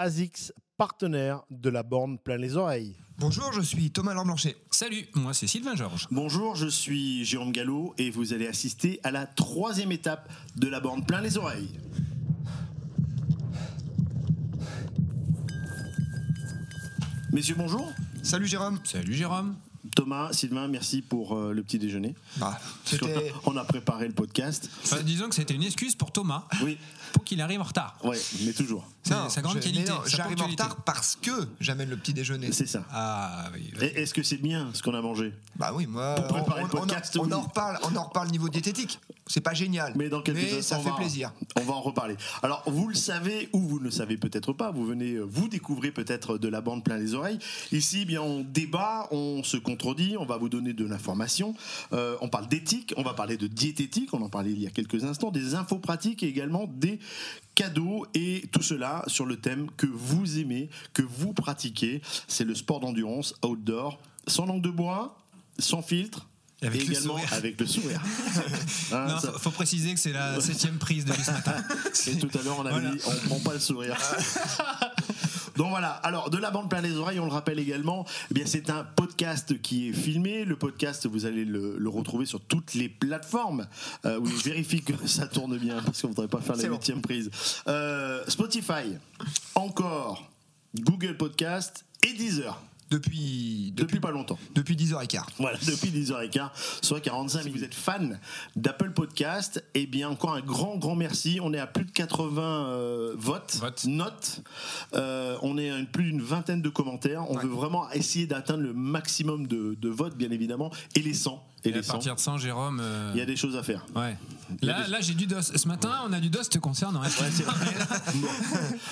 ASICS, partenaire de la borne plein les oreilles. Bonjour, je suis Thomas Lamblanchet. Salut, moi c'est Sylvain Georges. Bonjour, je suis Jérôme Gallo et vous allez assister à la troisième étape de la borne plein les oreilles. Messieurs, bonjour. Salut Jérôme. Salut Jérôme. Thomas, Sylvain, merci pour euh, le petit déjeuner. Bah, Parce qu'on a- c'était- on a préparé le podcast. Enfin, disons que c'était une excuse pour Thomas Oui, pour qu'il arrive en retard. ouais, mais toujours. C'est sa grande je- mais qualité. non, sa J'arrive en ponctualité. retard parce que j'amène le petit déjeuner. C'est ça. Ah oui. oui. Et Est-ce que c'est bien ce qu'on a mangé Bah oui, moi, Pour on, préparer le on- on en- podcast, on, oui. en reparle, on en reparle niveau diététique. C'est pas génial. Mais dans quelques instants, ça on fait va- plaisir. On va en reparler. Alors, vous le savez ou vous ne le savez peut-être pas, vous venez euh, vous découvrir peut-être de la bande plein les oreilles. Ici, eh bien, on débat, on se contredit, on va vous donner de l'information. Euh, on parle d'éthique, on va parler de diététique, on en parlait il y a quelques instants, des infos pratiques et également des cadeaux et tout cela sur le thème que vous aimez, que vous pratiquez. C'est le sport d'endurance outdoor, sans langue de bois, sans filtre. Et avec et le également sourire. avec le sourire. Hein, Non, ça- faut, faut préciser que c'est la septième prise de ce matin. et tout à l'heure, on a Voilà. dit, on prend pas le sourire. Donc voilà, alors de la bande plein les oreilles, on le rappelle également, eh bien c'est un podcast qui est filmé. Le podcast, vous allez le, le retrouver sur toutes les plateformes. Euh, oui, je vérifie que ça tourne bien, parce qu'on ne voudrait pas faire la C'est bon. huitième prise. Euh, Spotify, encore, Google Podcast et Deezer, Depuis, depuis depuis, pas longtemps. depuis 10h15. Voilà, depuis 10h15, soit 45. Si vous êtes fan d'Apple Podcast, eh bien, encore un grand, grand merci. On est à plus de 80 euh, votes, Votes. notes. Euh, on est à une- plus d'une vingtaine de commentaires. On Ouais. veut vraiment essayer d'atteindre le maximum de, de votes, bien évidemment, et les 100. Et Et à les 100. partir de 100, Jérôme. euh, Il y a des choses à faire. Ouais. il y a Là, des- là j'ai du dos. Ce matin, on a du dos te concernant. hein. Ouais, c'est vrai. Bon.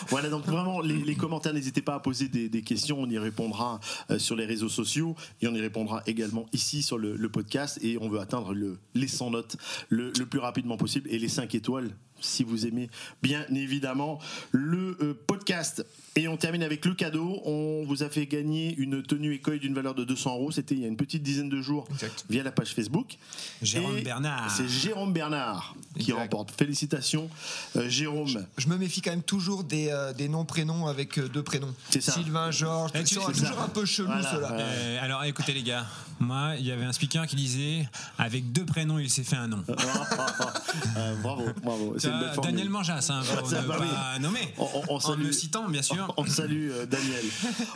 Voilà, donc vraiment, les, les commentaires, n'hésitez pas à poser des, des questions. On y répondra euh, sur les réseaux sociaux et on y répondra également ici sur le, le podcast. Et on veut atteindre le, les 100 notes le, le plus rapidement possible et les 5 étoiles si vous aimez bien évidemment le euh, podcast. Et on termine avec le cadeau. On vous a fait gagner une tenue écueil d'une valeur de 200 euros. C'était il y a une petite dizaine de jours Exact. via la page Facebook. Jérôme Et Bernard. C'est Jérôme Bernard qui Exact. remporte. Félicitations, euh, Jérôme. Je me méfie quand même toujours des, euh, des noms prénoms avec euh, deux prénoms. C'est ça. Eh, Sylvain, Georges, Et tu- toujours, c'est ça. toujours un peu chelou Voilà, ceux-là. ouais. Euh, alors écoutez les gars, moi il y avait un speaker qui disait avec deux prénoms il s'est fait un nom. Euh, bravo, bravo. Ah, C'est une belle Euh, formule. Daniel Manjas, hein, pour Ça ne va, pas nommer. On- on- on en salue- le citant bien sûr. On salue euh, Daniel.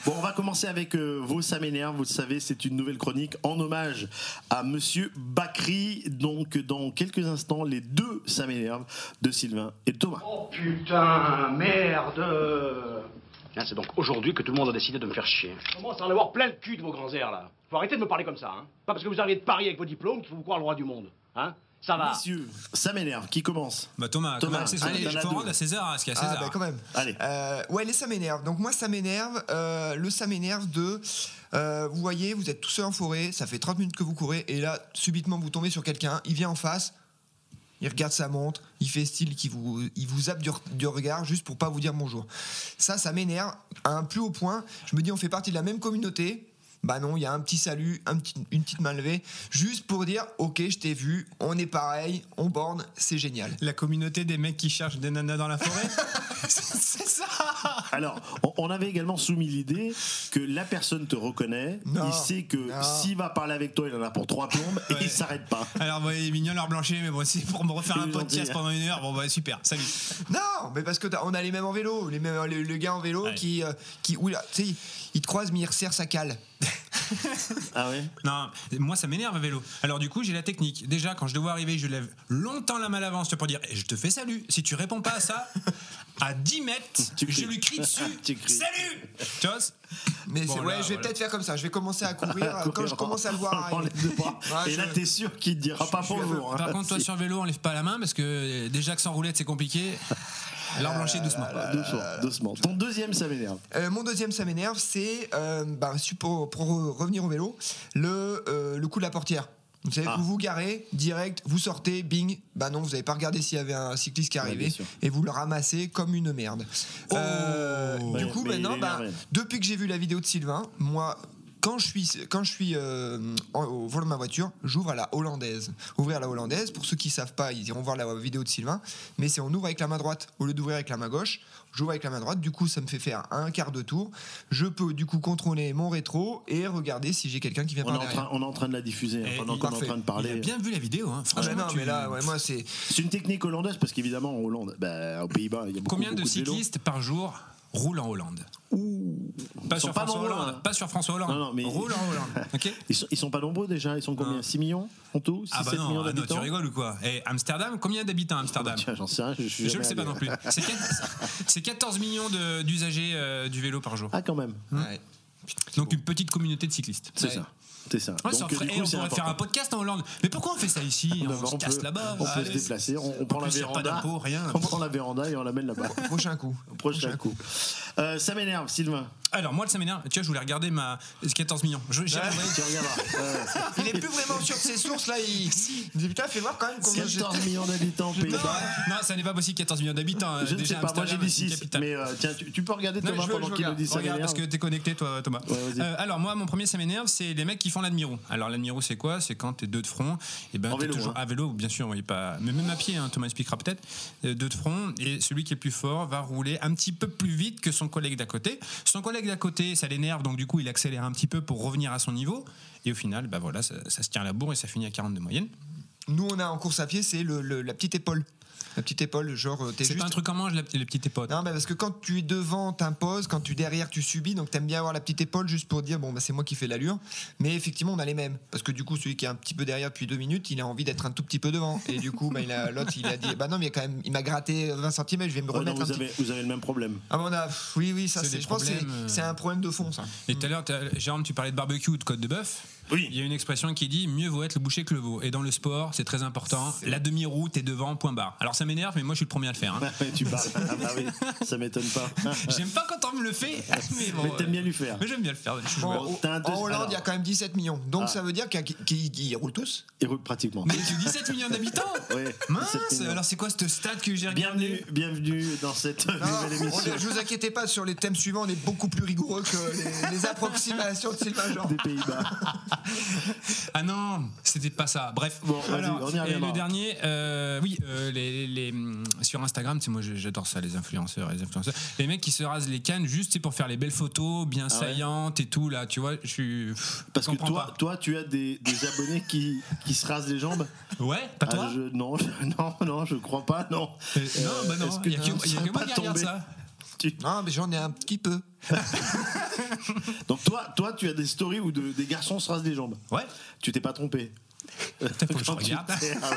Bon, on va commencer avec euh, vos ça m'énerve. Vous le savez, c'est une nouvelle chronique en hommage à Monsieur Bakri. Donc, dans quelques instants, les deux ça m'énerve de Sylvain et de Thomas. Oh putain, merde Hein, c'est donc aujourd'hui que tout le monde a décidé de me faire chier. Je commence à en avoir plein le cul de vos grands airs, là. Faut arrêter de me parler comme ça, hein. Pas parce que vous arrivez de Paris avec vos diplômes qu'il faut vous croire le roi du monde, hein. Ça va. Messieurs, ça m'énerve. Qui commence Bah Thomas, Thomas, Thomas, c'est ça. allez, Il t'en as faut deux. rendre à César hein, ce qu'il y a Ah à César. ben, bah quand même. Allez. Euh, ouais, les ça m'énerve. Donc moi ça m'énerve. euh, le ça m'énerve de... euh, vous voyez, vous êtes tout seul en forêt, ça fait 30 minutes que vous courez, et là, subitement, vous tombez sur quelqu'un, il vient en face, il regarde sa montre, il fait style qu'il vous, il vous zappe du, re- du regard juste pour pas vous dire bonjour. Ça, ça m'énerve à un plus haut point. Je me dis, on fait partie de la même communauté. Bah non, il y a un petit salut, un petit- une petite main levée, juste pour dire, ok, je t'ai vu, on est pareil, on borne, c'est génial. La communauté des mecs qui cherchent des nanas dans la forêt. c'est ça Alors, on- on avait également soumis l'idée que la personne te reconnaît, Non. il sait que Non. s'il va parler avec toi, il en a pour trois plombes et Ouais. il s'arrête pas. Alors vous voyez, mignon leur blanchet, mais bon, c'est pour me refaire un Plus podcast gentil. hein. pendant une heure. Bon bah super, salut. Non, mais parce que t'as- on a les mêmes en vélo, les mêmes, le, le gars en vélo Ouais. qui, euh, qui, oula, tu sais, il- il te croise mais il resserre sa cale. Ah ouais Non, moi ça m'énerve à vélo. Alors du coup j'ai la technique. Déjà quand je dois arriver, je lève longtemps la main à l'avance pour dire eh, je te fais salut. Si tu réponds pas à ça, à 10 mètres, Tu je cries. lui crie dessus. Tu cries. Salut. Tu vois c'est- Mais Bon, c'est- là, ouais, je vais voilà. peut-être faire comme ça. Je vais commencer à courir euh, quand je commence à le voir. Dans arriver. les deux bras. Ouais, et je- là, t'es sûr qu'il te dira pas suis bonjour. Par hein. contre toi Si. sur vélo on lève pas la main parce que euh, déjà que sans roulette c'est compliqué. Ah Leur blanchet doucement. Bah, Doucement, Ah, doucement. Ton deuxième, ça m'énerve. Euh, mon deuxième, ça m'énerve, c'est euh, bah, su- pour, pour re- revenir au vélo, le, euh, le coup de la portière. Vous savez, Ah. vous vous garez direct, vous sortez, bing. Bah non, vous n'avez pas regardé s'il y avait un cycliste qui bien arrivait sûr. et vous le ramassez comme une merde. Euh, Bah, du coup, mais il maintenant, est bah, énervé. depuis que j'ai vu la vidéo de Sylvain, moi, quand je suis, quand je suis euh, en- au volant de ma voiture, j'ouvre à la hollandaise. Ouvrir à la hollandaise, pour ceux qui savent pas, ils iront voir la vidéo de Sylvain, mais c'est on ouvre avec la main droite au lieu d'ouvrir avec la main gauche. J'ouvre avec la main droite, du coup ça me fait faire un quart de tour. Je peux du coup contrôler mon rétro et regarder si j'ai quelqu'un qui vient On est, par en derrière. train, on est en train de la diffuser, hein, Et pendant Eh, il- qu'on est en parfait. train de Il a parler. bien vu la vidéo, Ah hein. bah franchement. non, tu- mais là, ouais, moi c'est. C'est une technique hollandaise parce qu'évidemment en Hollande, bah, aux Pays-Bas, il y a beaucoup, Combien de beaucoup vélos. cyclistes par jour roulent en Hollande pas Ils sont sur, pas François nombreux, Hollande, hein. pas sur François Hollande. Non, non, mais- Roulent en Hollande. ok Ils sont, ils sont pas nombreux déjà, ils sont combien Non. 6 millions en tout 6, ah bah 7 millions non, ah non, tu d'habitants Ah, rigoles ou quoi Et Amsterdam, combien d'habitants à Amsterdam Tiens, j'en sais rien, je suis Je jamais le sais pas allé. non plus. C'est quat- C'est 14 millions de- d'usagers euh, du vélo par jour. Ah, quand même, Ouais. hmm. Donc une petite communauté de cyclistes. c'est Ouais. ça. C'est ça. Ouais, ça Donc, euh, ferait- du eh, coup, on c'est pourrait faire un important. podcast en Hollande. Mais pourquoi on fait ça ici Non, bah, On se casse peut- là-bas. On peut se allez. déplacer, on, on prend la plus, y a pas véranda. d'impôt, rien. On prend la véranda et on l'amène là-bas. Prochain coup. Prochain coup. Euh, ça m'énerve, Sylvain. Alors moi le séminaire, tu vois, je voulais regarder ma 14 millions. Je, j'ai- Tu regarderas. Euh, Il est plus vraiment sûr de ses sources là. Il, il dit putain, fais voir quand même combien j'ai. 14 millions d'habitants aux non, Pays-Bas. non, ça n'est pas possible 14 millions d'habitants. euh, Je ne sais déjà, pas, moi j'ai Amsterdam, dit c'est une 6. capitale. Mais euh, tiens, tu, tu peux regarder Non, Thomas je veux- pendant je qu'il nous regarde. dit ça Regarde, m'énerve. parce que t'es connecté, toi, Thomas. vas-y. Euh, alors, moi, mon premier, ça m'énerve, c'est les mecs qui font l'admiro. Alors, l'admiro, c'est quoi C'est quand t'es deux de front. Et ben, En t'es vélo, toujours hein. à vélo, bien sûr, oui, pas. Mais même à pied, hein, Thomas expliquera peut-être. Euh, Deux de front, et celui qui est le plus fort va rouler un petit peu plus vite que son collègue d'à côté. Son collègue d'à côté, ça l'énerve, donc du coup, il accélère un petit peu pour revenir à son niveau. Et au final, bah voilà, ça, ça se tient à la bourre et ça finit à 40 de moyenne. Nous, on a en course à pied, c'est le, le- la petite épaule. La petite épaule, genre, euh, t'es C'est juste. pas un truc en mange, la, les petites épotes. Non, mais parce que quand tu es devant, t'imposes, quand tu es derrière, tu subis, donc t'aimes bien avoir la petite épaule juste pour dire, bon, bah, c'est moi qui fais l'allure. Mais effectivement, on a les mêmes. Parce que du coup, celui qui est un petit peu derrière depuis deux minutes, il a envie d'être un tout petit peu devant. Et du coup, bah, il a- l'autre, il a dit, bah non, mais quand même, il m'a gratté 20 cm, je vais me Ah Ouais, non, remettre un vous, petit avez, vous avez le même problème. Ah, bah, on a. pff, Oui, oui, ça, C'est c'est. des Je pense que c'est- problèmes, euh, c'est un problème de fond, ça. Et tout à l'heure, t'as- Jérôme, tu parlais de barbecue ou de côte de bœuf. Oui. Il y a une expression qui dit mieux vaut être le boucher que le veau. Et dans le sport, c'est très important. La demi-route est devant, point barre. Alors ça m'énerve, mais moi je suis le premier à le faire. hein. Ah ouais, tu parles. Ah bah oui, ça m'étonne pas. J'aime pas quand on me le fait, mais bon. Mais ouais. t'aimes bien lui faire. Mais j'aime bien le faire. je suis En, joueur. Bon, t'as un en deuxi- Hollande, alors. il y a quand même 17 millions. Donc Ah. ça veut dire qu'il y a- qu'ils qu'ils roulent tous. Il roule pratiquement. Mais tu 17 millions d'habitants Ouais, Ah, Mince 17 millions. Alors c'est quoi ce stade que j'ai regardé Bienvenue, bienvenue dans cette Ah, nouvelle on émission est- je vous inquiétez pas, sur les thèmes suivants, on est beaucoup plus rigoureux que les, les approximations de Sylvain Jean. des Pays-Bas. Ah non, c'était pas ça. Bref. Bon, vas-y, on y et reviendra. le dernier, euh, oui, euh, les, les- les, hum, sur Instagram, tu sais, moi j'adore ça, les influenceurs, les influenceurs, les mecs qui se rasent les cannes juste tu sais, pour faire les belles photos, bien Ah ouais saillantes et tout là. Tu vois, je suis. pff, Parce que comprends toi, toi, tu as des, des abonnés qui, qui se rasent les jambes. pas. ouais, pas Ah, toi. je- non, je- non, non, je crois pas, non. Euh, non, bah est-ce non, que il y a que, tu ne y a serais que moi pas qui regarde tombé ça. Tu- Non, mais j'en ai un petit peu. Donc toi, toi, tu as des stories où de- des garçons se rasent les jambes. Ouais. Tu t'es pas trompé. faut que je Quand tu regarde. t'es- ah ouais,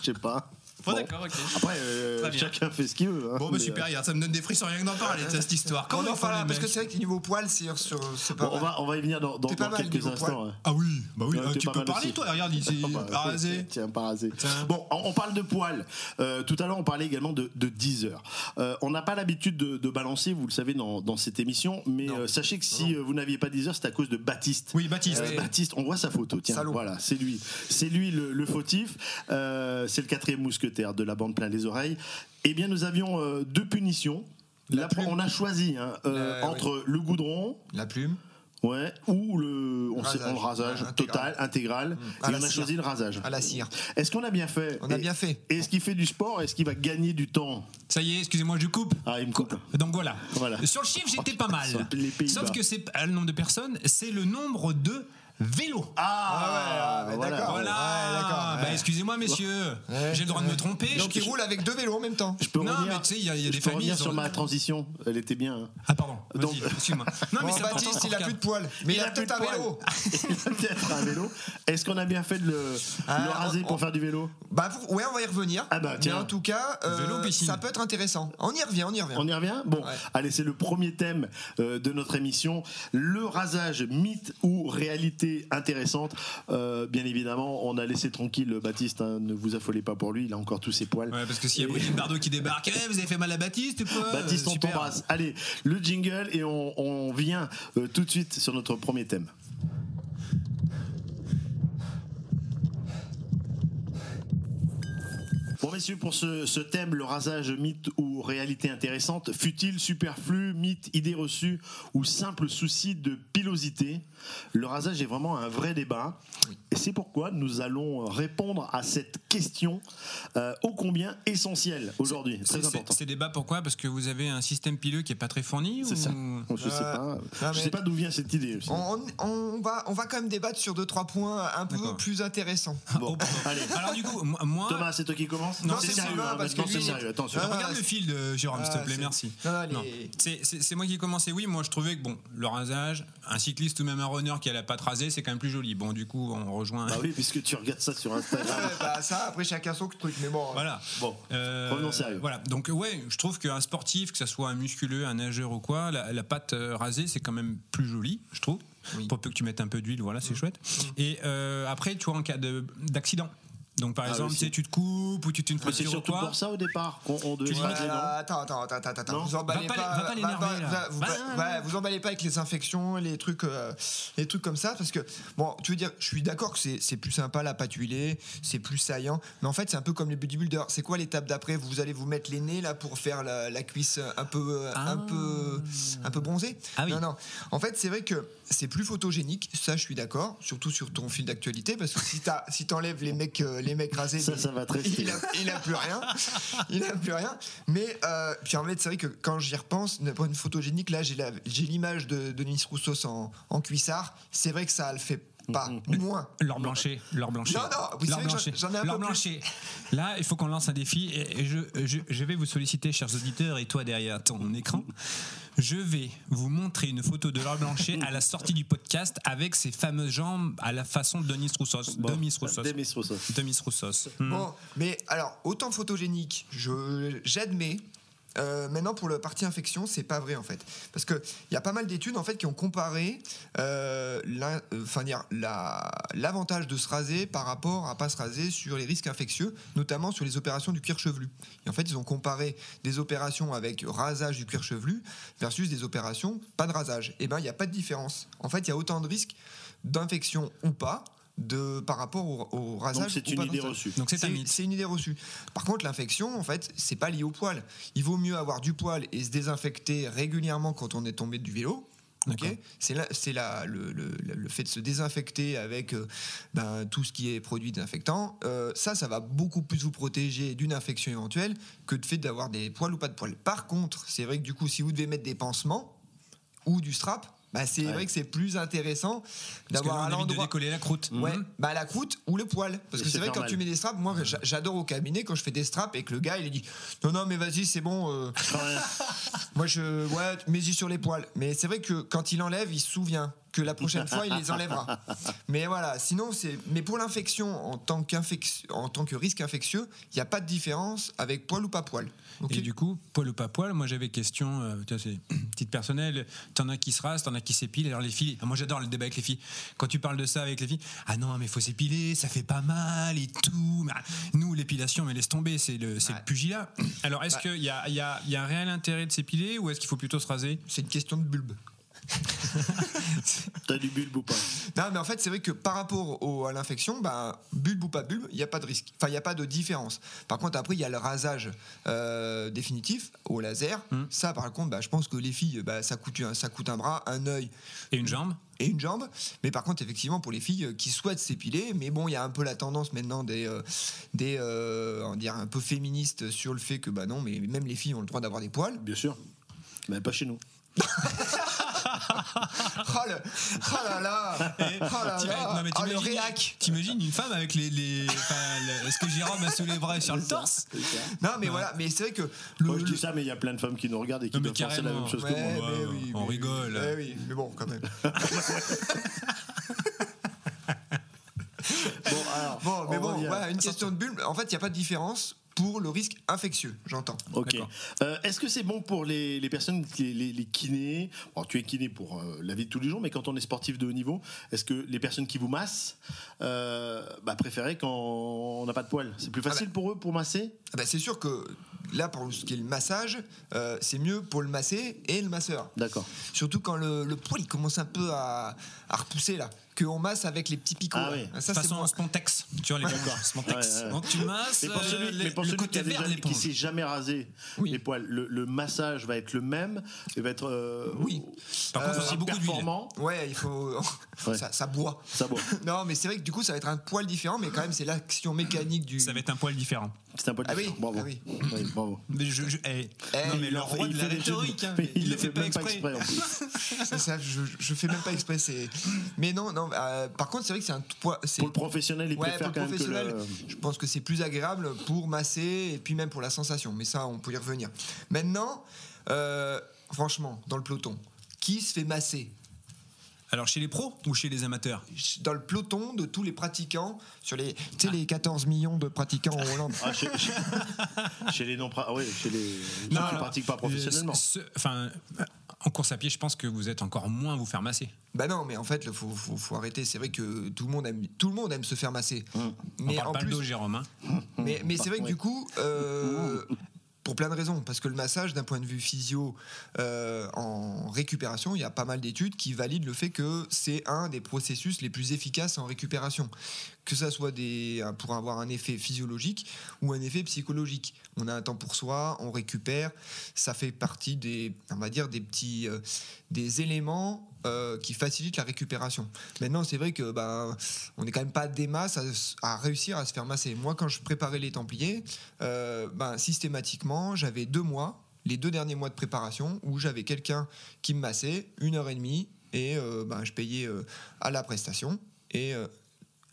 Je sais pas. Bon, Bon. d'accord, ok. Après, euh, Très bien. chacun fait ce qu'il veut. hein, Bon, bah mais, super, euh, regarde, ça me donne des frissons rien que d'en parler, de cette histoire. Comment on en ils font parlera, les parce que mecs c'est vrai que niveau poil, c'est sur- c'est pas euh, bon, on, mal. va, on va y venir dans, dans- T'es pas dans mal, quelques niveau instants. poil. hein. Ah oui, bah oui, Ouais, ah, t'es tu pas peux mal parler aussi. toi, regarde, il s'est Ah bah, rasé. Tiens, pas rasé. Tiens. Bon, on, on parle de poils. Euh, tout à l'heure, on parlait également de, de 10 heures. Euh, on n'a pas l'habitude de, de balancer, vous le savez, dans, dans cette émission, mais euh, sachez que si euh, vous n'aviez pas 10 heures, c'est à cause de Baptiste. Oui, Baptiste. Euh, Baptiste, on voit sa photo. Tiens, Salaud. voilà, c'est lui. C'est lui le, le fautif. Euh, c'est le quatrième mousquetaire de la bande plein les oreilles. Eh bien, nous avions euh, deux punitions. La pre- on a choisi hein, euh, La- entre le goudron, La plume. Ouais, ou le, on Rasage. sait- on le rasage Ouais, total, intégral. intégral. À Et la on a cire. choisi le rasage. À la cire. Est-ce qu'on a bien fait On a Et- bien fait. et Est-ce qu'il fait du sport Est-ce qu'il va gagner du temps Ça y est, excusez-moi, je coupe. Ah, il me coupe. Donc voilà. Voilà. Sur le chiffre, j'étais pas mal. Sur les Pays-Bas. Sauf que c'est pas le nombre de personnes, c'est le nombre de vélos. Ah ouais, ouais, Ah, voilà. d'accord. voilà. ouais, d'accord, Bah ouais. excusez-moi messieurs, Ouais. j'ai le droit de me tromper. Donc je- il roule avec deux vélos en même temps. Je peux Non, revenir, mais tu sais, il y a- il y a je des peux familles, revenir ils sur ont- ma transition. Elle était bien. hein. Ah pardon. Donc- Vas-y, excuse-moi. Non Bon, mais c'est important, Baptiste, il a regarde. plus de poils. Mais il, a, plus peut-être un de poils. vélo. Il a peut-être un vélo. Est-ce qu'on a bien fait de le, Ah, le raser on- pour on- faire du vélo Bah pour- ouais, on va y revenir. Ah bah, tiens. Mais en tout cas, euh, Vélo, piscine. ça peut être intéressant. On y revient, on y revient. On y revient Bon, Ouais. allez, c'est le premier thème euh, de notre émission. Le rasage, mythe ou réalité intéressante. Euh, bien évidemment, on a laissé tranquille Baptiste, hein, ne vous affolez pas pour lui, il a encore tous ses poils. Ouais, parce que s'il y a Brigitte Bardot qui débarque, Eh, vous avez fait mal à Baptiste ou quoi Bah, Baptiste, Euh, on super. t'embrasse. Allez, le jingle et on, on vient euh, tout de suite sur notre premier thème. Bon, messieurs, pour ce, ce thème, le rasage mythe ou réalité intéressante, fut-il superflu, mythe, idée reçue ou simple souci de pilosité Le rasage est vraiment un vrai débat. Et c'est pourquoi nous allons répondre à cette question euh, ô combien essentielle aujourd'hui. C'est- Très c'est- important. Ces débats, pourquoi Parce que vous avez un système pileux qui est pas très fourni C'est ou- ça. Je sais Euh, pas, non, je mais- sais pas d'où vient cette idée. aussi. On, on- on va, on va quand même débattre sur deux, trois points un peu D'accord. plus intéressants. Ah, Bon, allez. Alors du coup, moi, moi, Thomas, c'est hein, toi qui commence Ah, hein. Non, c'est Sylvain, parce que c'est lui- sérieux. Attention. Ah, regarde le fil, euh, Jérôme, Ah, s'il te plaît, c'est- merci. Non, allez. Non. C'est- C'est c'est moi qui ai commencé. Oui, moi je trouvais que bon, le rasage, un cycliste ou même un runner qui a la patte rasée, c'est quand même plus joli. Bon, du coup, on rejoint. Bah oui, puisque tu regardes ça sur Ouais, Instagram. bah, ça, après chacun son truc, mais bon. Voilà. Bon, Euh, revenons au sérieux. Voilà. Donc ouais, je trouve qu'un sportif, que ce soit un musculeux, un nageur ou quoi, la, la patte euh, rasée, c'est quand même plus joli, je trouve. Oui. Pour peu que tu mettes un peu d'huile, voilà, c'est Mm. chouette. Et euh, après, tu vois en cas de- d'accident. Donc par Ah, exemple, oui, tu sais, si. tu te coupes ou tu te fais une Mais c'est fracture ou surtout quoi. pour ça au départ qu'on on devait dis- pas dire non. Voilà, attends, attends, attends, attends, attends. Non. Vous emballez Va pas, pas les- va pas les énerver, là. vous, Bah, pas- non, non, voilà, non. vous emballez pas avec les infections, les trucs, euh, les trucs comme ça, parce que bon, tu veux dire, je suis d'accord que c'est c'est plus sympa la pâte huilée, c'est plus saillant, mais en fait c'est un peu comme les bodybuilders. C'est quoi l'étape d'après Vous allez vous mettre les nez là pour faire la, la cuisse un peu, euh, un Ah. peu, un peu bronzée. Ah oui. Non, non. En fait, c'est vrai que c'est plus photogénique. Ça, je suis d'accord, surtout sur ton fil d'actualité, parce que si t'as, si t'enlèves les mecs, euh, les mecs rasés, Ça, ça va te rester. il a- il a plus rien. Il a plus rien. Mais euh, puis en fait, c'est vrai que quand j'y repense, d'un point de vue photogénique, là, j'ai la- j'ai l'image de, de Nice Roussos en, en cuissard. C'est vrai que ça le fait pas Mm, moins. L'or blanchet, l'or blanchet. Non, non, vous L'or savez que j'en- blanchet, j'en ai un l'or peu plus. blanchet. Là, il faut qu'on lance un défi et et je, je- je vais vous solliciter, chers auditeurs, et toi derrière ton écran. Je vais vous montrer une photo de l'or blanchet à la sortie du podcast avec ses fameuses jambes à la façon de Denis Roussos. Bon, Demis Roussos. Demis Roussos. Demis Roussos. Mm. Hmm. Bon, mais alors, autant photogénique, je- j'admets. Euh, maintenant, pour le parti infection, c'est pas vrai en fait, parce que il y a pas mal d'études en fait qui ont comparé, euh, l'in- euh, enfin dire la- l'avantage de se raser par rapport à pas se raser sur les risques infectieux, notamment sur les opérations du cuir chevelu. Et en fait, ils ont comparé des opérations avec rasage du cuir chevelu versus des opérations pas de rasage. Et ben, il n'y a pas de différence. En fait, il y a autant de risques d'infection ou pas de par rapport au, au rasage. Donc c'est ou une pas de idée rasage. reçue. Donc c'est un mythe. C'est une idée reçue. Par contre, l'infection, en fait, c'est pas lié au poil. Il vaut mieux avoir du poil et se désinfecter régulièrement quand on est tombé du vélo. ok D'accord. c'est là, c'est là le, le- le fait de se désinfecter avec euh, ben, tout ce qui est produit désinfectant. euh, ça, ça va beaucoup plus vous protéger d'une infection éventuelle que de fait d'avoir des poils ou pas de poils. Par contre, c'est vrai que du coup, si vous devez mettre des pansements ou du strap, bah, c'est Ouais. vrai que c'est plus intéressant Parce que là, d'avoir on un évite de endroit. décoller la croûte. Ouais, Hmm. bah la croûte ou le poil. Mhm. Parce Et que c'est c'est vrai, que quand normal. tu mets des straps, moi j'a- j'adore au cabinet quand je fais des straps et que le gars il dit Non, non, mais vas-y, c'est bon. euh, moi je. Ouais, mets-y sur les poils. Mais c'est vrai que quand il enlève, il se souvient que la prochaine fois il les enlèvera. Mais voilà, sinon c'est. Mais pour l'infection, en, tant qu'infec- en tant que risque infectieux, il n'y a pas de différence avec poil ou pas poil. Ok Et du coup, poil ou pas poil, moi j'avais question, euh, tu vois, c'est petite personnelle, t'en as qui se rasent, t'en as qui s'épilent, alors les filles, ah, moi j'adore le débat avec les filles, quand tu parles de ça avec les filles, ah non mais faut s'épiler, ça fait pas mal et tout, Mais, ah, nous l'épilation mais laisse tomber, c'est le, c'est Ouais. le pugilat. Alors est-ce qu'il y a, y a- y a un réel intérêt de s'épiler ou est-ce qu'il faut plutôt se raser C'est une question de bulbe. T'as du bulbe ou pas Non, mais en fait, c'est vrai que par rapport au- à l'infection, ben, bulbe ou pas bulbe, il n'y a pas de risque. Enfin, il n'y a pas de différence. Par contre, après, il y a le rasage euh, définitif au laser. Mm. Ça, par contre, bah, je pense que les filles, bah, ça, coûte, un- ça coûte un bras, un œil Et une jambe et une jambe. Mais par contre, effectivement, pour les filles euh, qui souhaitent s'épiler, mais bon, il y a un peu la tendance maintenant des, euh, des euh, on va dire un peu féministes sur le fait que, bah non, mais même les filles ont le droit d'avoir des poils. Bien sûr. Mais Bah, pas chez nous. Oh, le- oh là là Oh là là Ah. Non, mais Oh, le t'imagines- réac T'imagines une femme avec les, les- enfin, le- ce que Jérôme a sous les bras et sur le torse Non, mais voilà, mais c'est vrai que le, Moi je dis le- ça, mais il y a plein de femmes qui nous regardent et qui Non, mais doivent penser la carrément. même chose que Ouais, moi. Ouais, mais oui, on mais rigole. Oui, Ouais, oui, mais bon, quand même. Bon, alors, Bon, mais on bon, revient. voilà, une question de bulle. En fait, il n'y a pas de différence pour le risque infectieux, j'entends. Ok. D'accord. Euh, Est-ce que c'est bon pour les, les personnes, qui- les, les kinés Bon, tu es kiné pour euh, la vie de tous les jours, mais quand on est sportif de haut niveau, est-ce que les personnes qui vous massent euh, bah, préféraient quand on n'a pas de poils C'est plus Ah, facile bah. pour eux pour masser Ah bah, c'est sûr que là, pour ce qui est le massage, euh, c'est mieux pour le masser et le masseur. D'accord. Surtout quand le, le poil il commence un peu à, à repousser là. qu'on masse avec les petits picots. Ah là. oui. Ça, c'est façon moi. spontex, tu vois les D'accord. spontex. Ouais, ouais. Donc tu masses Mais pour euh, celui, les- mais pour le celui qui, côté a vert de déjà- qui l'éponge. s'est jamais rasé Oui. les poils, le, le massage va être le même, il va être euh, Oui. Par contre, aussi aussi beaucoup d'huile. performant. Ouais, il faut. Ouais. ça, ça boit. Ça bon, Non, mais c'est vrai que du coup, ça va être un poil différent, mais quand même, c'est l'action mécanique du. Ça va être un poil différent. c'est un peu Ah oui, différent. Bravo. ah oui. Oui, bravo. Mais je, je- eh, non mais il le en fait- roi de la fait des jeux de- rhétorique, hein. mais il le fait pas même exprès. en plus. Ça, ça, je, je fais même pas exprès. c'est- Mais non, non. euh, par contre, c'est vrai que c'est un tout poil. c'est- Pour le professionnel, il Ouais, préfère pour quand le même que professionnel, le. je pense que c'est plus agréable pour masser et puis même pour la sensation. Mais ça, on peut y revenir. Maintenant, euh, franchement, dans le peloton, qui se fait masser hein. Alors chez les pros ou chez les amateurs Dans le peloton de tous les pratiquants, sur les, tu sais, les 14 millions de pratiquants en Hollande. Ah, chez, chez- chez les non pra- ah oui, chez les ceux qui alors, pratiquent pas professionnellement. euh, ce- Enfin, euh, en course à pied, je pense que vous êtes encore moins à vous faire masser. Bah non, mais en fait, il faut, faut- faut arrêter. C'est vrai que tout le monde aime, tout le monde aime se faire masser. On Mais parle en pas le plus, dos, Jérôme. hein. Mais, mais c'est vrai que ouais. du coup, euh, pour plein de raisons, parce que le massage, d'un point de vue physio, euh, en récupération, il y a pas mal d'études qui valident le fait que c'est un des processus les plus efficaces en récupération, que ça soit des, pour avoir un effet physiologique ou un effet psychologique. On a un temps pour soi, on récupère, ça fait partie des, on va dire, des petits, euh, des éléments. euh, qui facilitent la récupération. Maintenant, c'est vrai que ben, on n'est quand même pas des masses à, à réussir à se faire masser. Moi, quand je préparais les Templiers, euh, ben, systématiquement, j'avais deux mois, les deux derniers mois de préparation, où j'avais quelqu'un qui me massait une heure et demie, et euh, ben, je payais euh, à la prestation, et euh,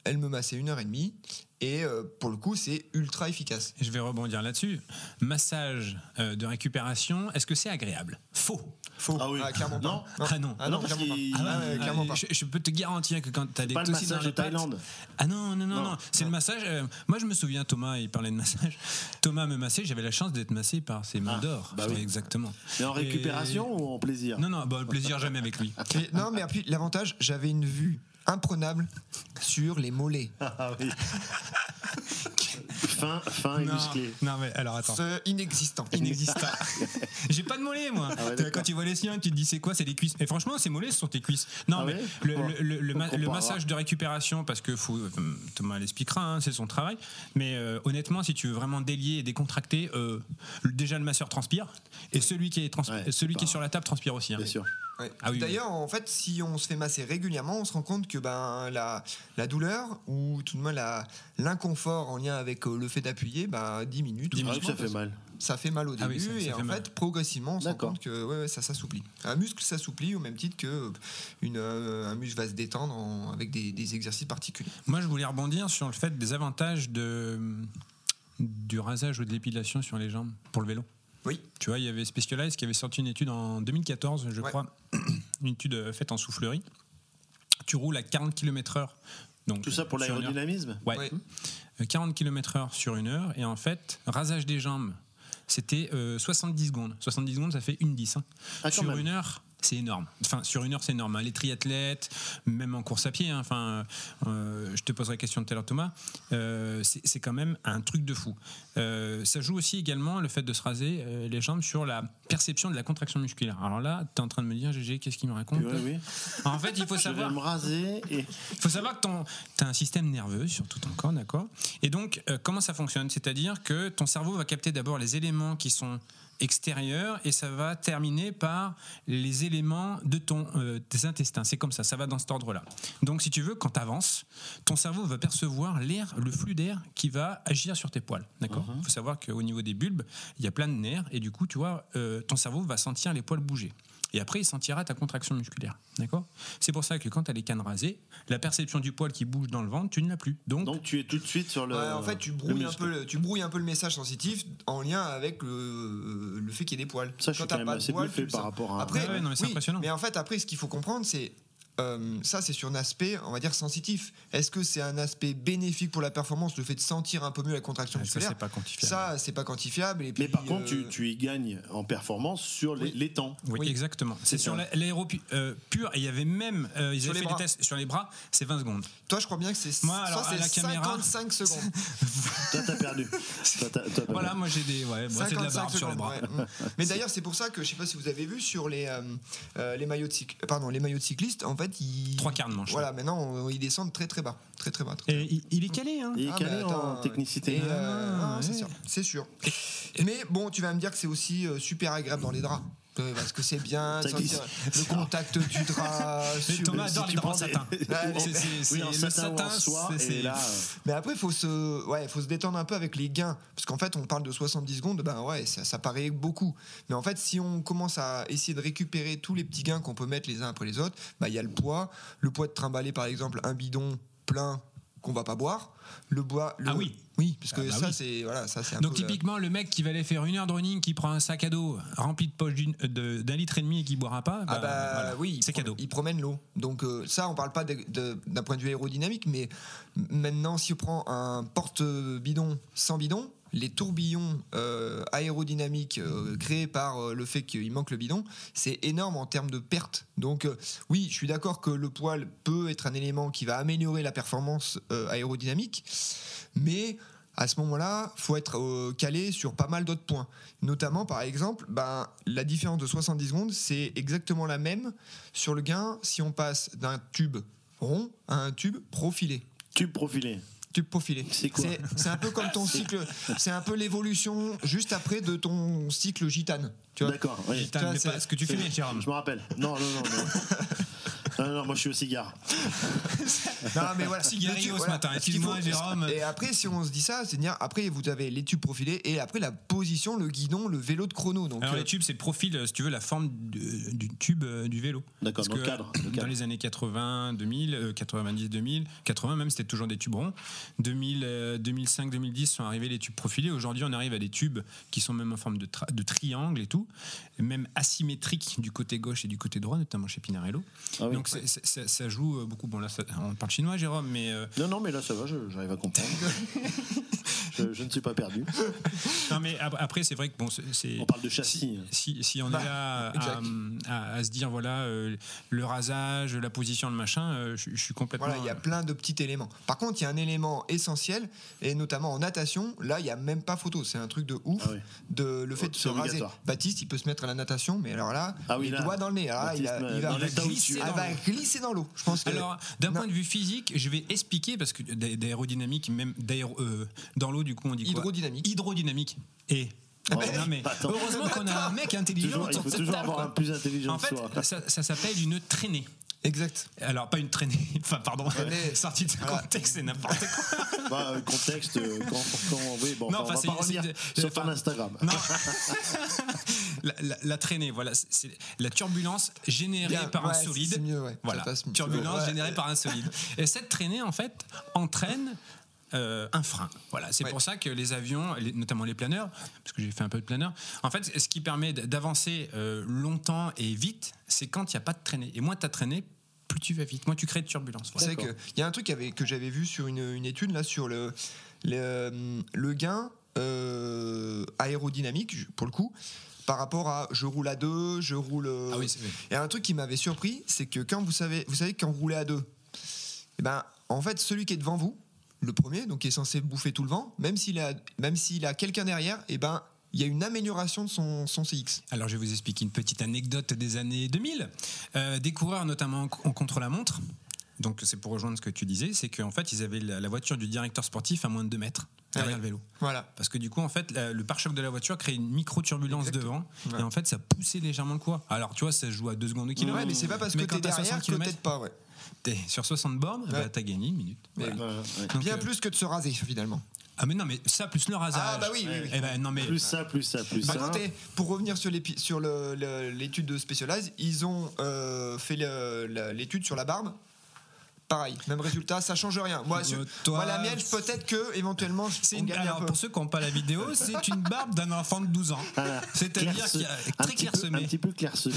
elle me massait une heure et demie, et euh, pour le coup, c'est ultra efficace. Je vais rebondir là-dessus. Massage euh, de récupération, est-ce que c'est agréable Faux. Faux. Ah oui. clairement pas. Non. Ah non. Ah non, parce clairement qu'il- pas. Ah ouais, Ah, clairement pas. Je, je peux te garantir que quand t'as des Pas le toxines dans massage les en pattes- Thaïlande. Ah non, non, non, non. Non. C'est le massage. euh, moi, je me souviens, Thomas, il parlait de massage. Thomas me massait, j'avais la chance d'être massé par ses mains Ah, d'or. bah oui. Exactement. Mais en Et- récupération ou en plaisir Non, non, bah, le plaisir jamais avec lui. Mais- non, mais puis l'avantage, j'avais une vue imprenable sur les mollets. Ah oui. fin, fin et Non, Ah, musclé. non, mais alors attends. C'est inexistant. Inexistant. J'ai pas de mollets, moi. Ah ouais, Tu vois, d'accord. Quand tu vois les siens, tu te dis c'est quoi C'est les cuisses. Mais franchement, ces mollets, ce sont tes cuisses. Non, Ah mais ouais le, Bon, le- le- le ma- on hein. le comprendra. massage de récupération, parce que faut, euh, Thomas l'expliquera, hein, c'est son travail. Mais euh, honnêtement, si tu veux vraiment délier et décontracter, euh, le- déjà le masseur transpire. Et celui, qui est, trans- Ouais, celui qui est bah, sur la table transpire aussi. hein. Bien sûr. Ouais. Ah oui, D'ailleurs, en fait, si on se fait masser régulièrement, on se rend compte que ben, la, la douleur ou tout de même la- l'inconfort en lien avec euh, le fait d'appuyer ben, diminue. tout C'est vrai que doucement, ça fait parce- mal. ça fait mal au début Ah oui, ça- ça et fait en mal. fait, progressivement, on se rend D'accord. compte que ouais, ouais, ça s'assouplit. Un muscle s'assouplit au même titre que euh, une, euh, un muscle va se détendre en- avec des, des exercices particuliers. Moi, je voulais rebondir sur le fait des avantages de, du rasage ou de l'épilation sur les jambes pour le vélo. Oui. Tu vois, il y avait Specialized qui avait sorti une étude en 2014, je Ouais. crois, une étude euh, faite en soufflerie. Tu roules à 40 km/h. Donc, Tout ça pour euh, sur une heure. l'aérodynamisme Ouais. Ouais. Euh, 40 km/h sur une heure. Et en fait, rasage des jambes, c'était euh, 70 secondes. 70 secondes, ça fait une 10. hein. Ah, quand sur même. une heure. C'est énorme. Enfin, sur une heure, c'est énorme. hein. Les triathlètes, même en course à pied. hein. Enfin, euh, je te poserai la question tout à l'heure, Thomas. Euh, c'est c'est quand même un truc de fou. Euh, ça joue aussi également le fait de se raser euh, les jambes sur la perception de la contraction musculaire. Alors là, tu es en train de me dire, GG, qu'est-ce qu'il me raconte Oui, là oui. En fait, il faut Je vais savoir. me raser et Il faut savoir que tu as un système nerveux sur tout ton corps, d'accord Et donc, euh, comment ça fonctionne C'est-à-dire que ton cerveau va capter d'abord les éléments qui sont extérieurs et ça va terminer par les éléments de ton, euh, tes intestins. C'est comme ça, ça va dans cet ordre-là. Donc, si tu veux, quand tu avances, ton cerveau va percevoir l'air, le flux d'air qui va agir sur tes poils, d'accord Il faut savoir qu'au niveau des bulbes, il y a plein de nerfs et du coup, tu vois, euh, ton cerveau va sentir les poils bouger. Et après, il sentira ta contraction musculaire. D'accord C'est pour ça que quand tu as les cannes rasées, la perception du poil qui bouge dans le ventre, tu ne l'as plus. Donc, donc tu es tout de suite sur le. Ouais, en fait, tu le brouilles, un muscle. peu le, tu brouilles un peu le message sensitif en lien avec le, le fait qu'il y ait des poils. Ça, je suis t'as quand même pas de assez poils, tu bluffé le par sens. rapport à. Après, Ah ouais, non, mais c'est oui, impressionnant. mais en fait, après, ce qu'il faut comprendre, c'est. euh, ça, c'est sur un aspect, on va dire, sensitif. Est-ce que c'est un aspect bénéfique pour la performance, le fait de sentir un peu mieux la contraction Ah, ça, musculaire c'est pas quantifiable. Ça, c'est pas quantifiable. Et puis, Mais par contre, tu, euh, tu y gagnes en performance sur les, oui. les temps. Oui, Oui. exactement. C'est C'est sur ça. la- l'aéro pu- euh, pur. Et il y avait même. euh, ils Sur avaient les fait bras. des tests sur les bras, c'est 20 secondes. Toi, je crois bien que c'est Moi, alors, ça, à c'est la caméra- 55 secondes. Toi, t'as perdu. Toi, t'as- toi, t'as Voilà, perdu. moi j'ai des. Ouais, bon, c'est de la 55 barbe sur les secondes, bras. ouais. Mm. Mais d'ailleurs, c'est pour ça que je sais pas si vous avez vu sur les, euh, euh, les maillots de cyc- pardon, les maillots de cyclistes, en fait, ils. Trois quarts de manche. Voilà, maintenant, on- ils descendent très très bas. Très très bas. très- Et il, il est calé, hein Il est Ah, calé mais attends, en technicité. et, euh, Ah, non, c'est ouais. sûr. C'est sûr. Mais bon, tu vas me dire que c'est aussi euh, super agréable dans les draps. Euh, Parce que c'est bien, Ça sentir le contact du drap. Mais sur- Thomas si adore tu les draps en prends des- satin. Ouais, C'est- c'est- c'est oui, en le satin ou en satin, soie, c'est- c'est- et là, Mais après, faut se, ouais, faut se détendre un peu avec les gains. Parce qu'en fait, on parle de 70 secondes, ben ouais, ça, ça paraît beaucoup. Mais en fait, si on commence à essayer de récupérer tous les petits gains qu'on peut mettre les uns après les autres, bah, il y a le poids. Le poids de trimballer, par exemple, un bidon plein qu'on va pas boire. Le bois. le- Ah oui. Oui, parce que Ah bah ça, oui. c'est. Voilà, ça, c'est un Donc peu, euh, typiquement, le mec qui va aller faire une heure de running, qui prend un sac à dos rempli de poches d'une- de- d'un litre et demi et qui boira pas, Ah bah, bah voilà, oui, il c'est pro- cadeau. Il promène l'eau. Donc euh, ça, on parle pas de- de- d'un point de vue aérodynamique, mais m- maintenant, si on prend un porte-bidon sans bidon, les tourbillons euh, aérodynamiques euh, créés par euh, le fait qu'il manque le bidon, c'est énorme en termes de perte. Donc euh, oui, je suis d'accord que le poil peut être un élément qui va améliorer la performance euh, aérodynamique, mais à ce moment-là, faut être euh, calé sur pas mal d'autres points. Notamment, par exemple, ben, la différence de 70 secondes, c'est exactement la même sur le gain si on passe d'un tube rond à un tube profilé. tube profilé. Tube profilé. C'est quoi C'est un peu comme ton cycle, c'est un peu l'évolution juste après de ton cycle gitane. Tu vois D'accord, oui. Putain, tu vois, mais c'est- pas ce que tu fais, Jérôme. Je me rappelle. Non, non, non. non. Non, non, moi je suis au cigare. Non, mais voilà. Cigarillo Le tube, ce matin, Ce qu'il excuse-moi, faut- Jérôme. Et après, si on se dit ça, c'est-à-dire après, vous avez les tubes profilés et après la position, le guidon, le vélo de chrono. Donc, Alors euh, les tubes, c'est le profil, euh, si tu veux, la forme du, du tube euh, du vélo. D'accord, Parce dans que le cadre, le Dans cadre. les années 80, 2000, euh, 90, 2000, 80 même, c'était toujours des tubes ronds. 2000, euh, 2005, 2010 sont arrivés les tubes profilés. Aujourd'hui, on arrive à des tubes qui sont même en forme de, tra- de triangle et tout, et même asymétriques du côté gauche et du côté droit, notamment chez Pinarello. Ah oui. Donc c'est- c'est- ça, ça joue euh, beaucoup. Bon là, ça- on parle chinois, Jérôme, mais euh, Non, non, mais là ça va, je- j'arrive à comprendre. je, je ne suis pas perdu. non, mais ap- après, c'est vrai que bon, c'est- c'est On parle de châssis. si, si on Bah, est là à, exact. à- à se dire voilà euh, le rasage, la position, le machin, euh, je, je suis complètement. Voilà, il y a plein de petits éléments. Par contre, il y a un élément essentiel, et notamment en natation, là, il n'y a même pas photo. C'est un truc de ouf, Ah oui. de, le fait Oh, de c'est se raser. obligatoire. Baptiste, il peut se mettre à la natation, mais alors là, Ah oui, les là, doigts dans le nez. Alors là, il, a- Baptiste, il va, dans il l'état où glisser tu es. dans va le- glisser dans l'eau. Je pense que. Alors, d'un Non. point de vue physique, je vais expliquer parce que d'a- d'aérodynamique, même d'aéro, euh, dans l'eau, du coup, on dit quoi Hydrodynamique. Oh, Hydrodynamique. Et Ah mais- oui. non, mais Attends. heureusement qu'on a un mec intelligent. Toujours- il autour de faut cette toujours table, avoir quoi. un plus intelligent En que fait, soi. ça, ça s'appelle une traînée. Exact. Alors pas une traînée, enfin pardon, Traînée. sorti de Voilà. contexte, c'est n'importe quoi. Bah, euh, contexte, euh, quand, quand- oui, bon, Non, enfin, enfin, on va pas c'est- revenir c'est- sur enfin, ton Instagram. Non. la, la- la traînée, voilà, c'est- c'est la turbulence générée Bien, par un ouais, c'est- solide. c'est mieux, ouais. Ça Voilà, passe mieux. turbulence Ouais. générée par un solide. Et cette traînée, en fait, entraîne. euh, un frein. Voilà, c'est Ouais. pour ça que les avions, les- notamment les planeurs, parce que j'ai fait un peu de planeur, en fait, ce qui permet d- d'avancer euh, longtemps et vite, c'est quand il n'y a pas de traînée. Et moins tu as traîné, plus tu vas vite, moins tu crées de turbulence. C'est Voilà. vrai que il y a un truc qu'il y avait- que j'avais vu sur une, une étude là sur le le, le gain euh, aérodynamique ju- pour le coup par rapport à je roule à deux, je roule. euh, Ah oui, c'est- oui. Et un truc qui m'avait surpris, c'est que quand vous savez, vous savez quand vous roulez à deux, eh ben en fait celui qui est devant vous, le premier, donc qui est censé bouffer tout le vent, même s'il a même s'il a quelqu'un derrière, et ben il y a une amélioration de son, son CX. Alors, je vais vous expliquer une petite anecdote des années 2000. Euh, des coureurs, notamment en, en contre-la-montre, donc c'est pour rejoindre ce que tu disais, c'est qu'en fait, ils avaient la, la voiture du directeur sportif à moins de 2 mètres Ah derrière ouais. le vélo. Voilà. Parce que du coup, en fait, la- le pare-choc de la voiture crée une micro-turbulence Exact. devant. Ouais. Et en fait, ça poussait légèrement le coureur. Alors, tu vois, ça se joue à 2 secondes au kilomètre. Ouais, mais c'est pas parce que quand t'es t'as 60 derrière que kilomètres, peut-être pas. Ouais. t'es sur 60 bornes, bah, t'as gagné une minute. Mais Voilà. Ouais, ouais. Donc, Bien euh, plus que de se raser finalement. Ah, mais non, mais ça, plus le rasage. Ah, bah oui, oui, oui. Eh ben, non, mais. Plus ça, plus ça, plus Bah Par ça. contre, eh, pour revenir sur l'épi- sur le- le- l'étude de Specialized, ils ont euh, fait le- la- l'étude sur la barbe. Pareil, même résultat, ça change rien. Moi, sur- Euh, toi- moi, la mienne, peut-être que éventuellement, je C'est on une- gagne un alors, peu. pour ceux qui n'ont pas la vidéo, c'est une barbe d'un enfant de 12 ans. Voilà. C'est-à-dire Clairse- qu'il y a un très petit peu- clairsemé. Un petit peu clairsemé.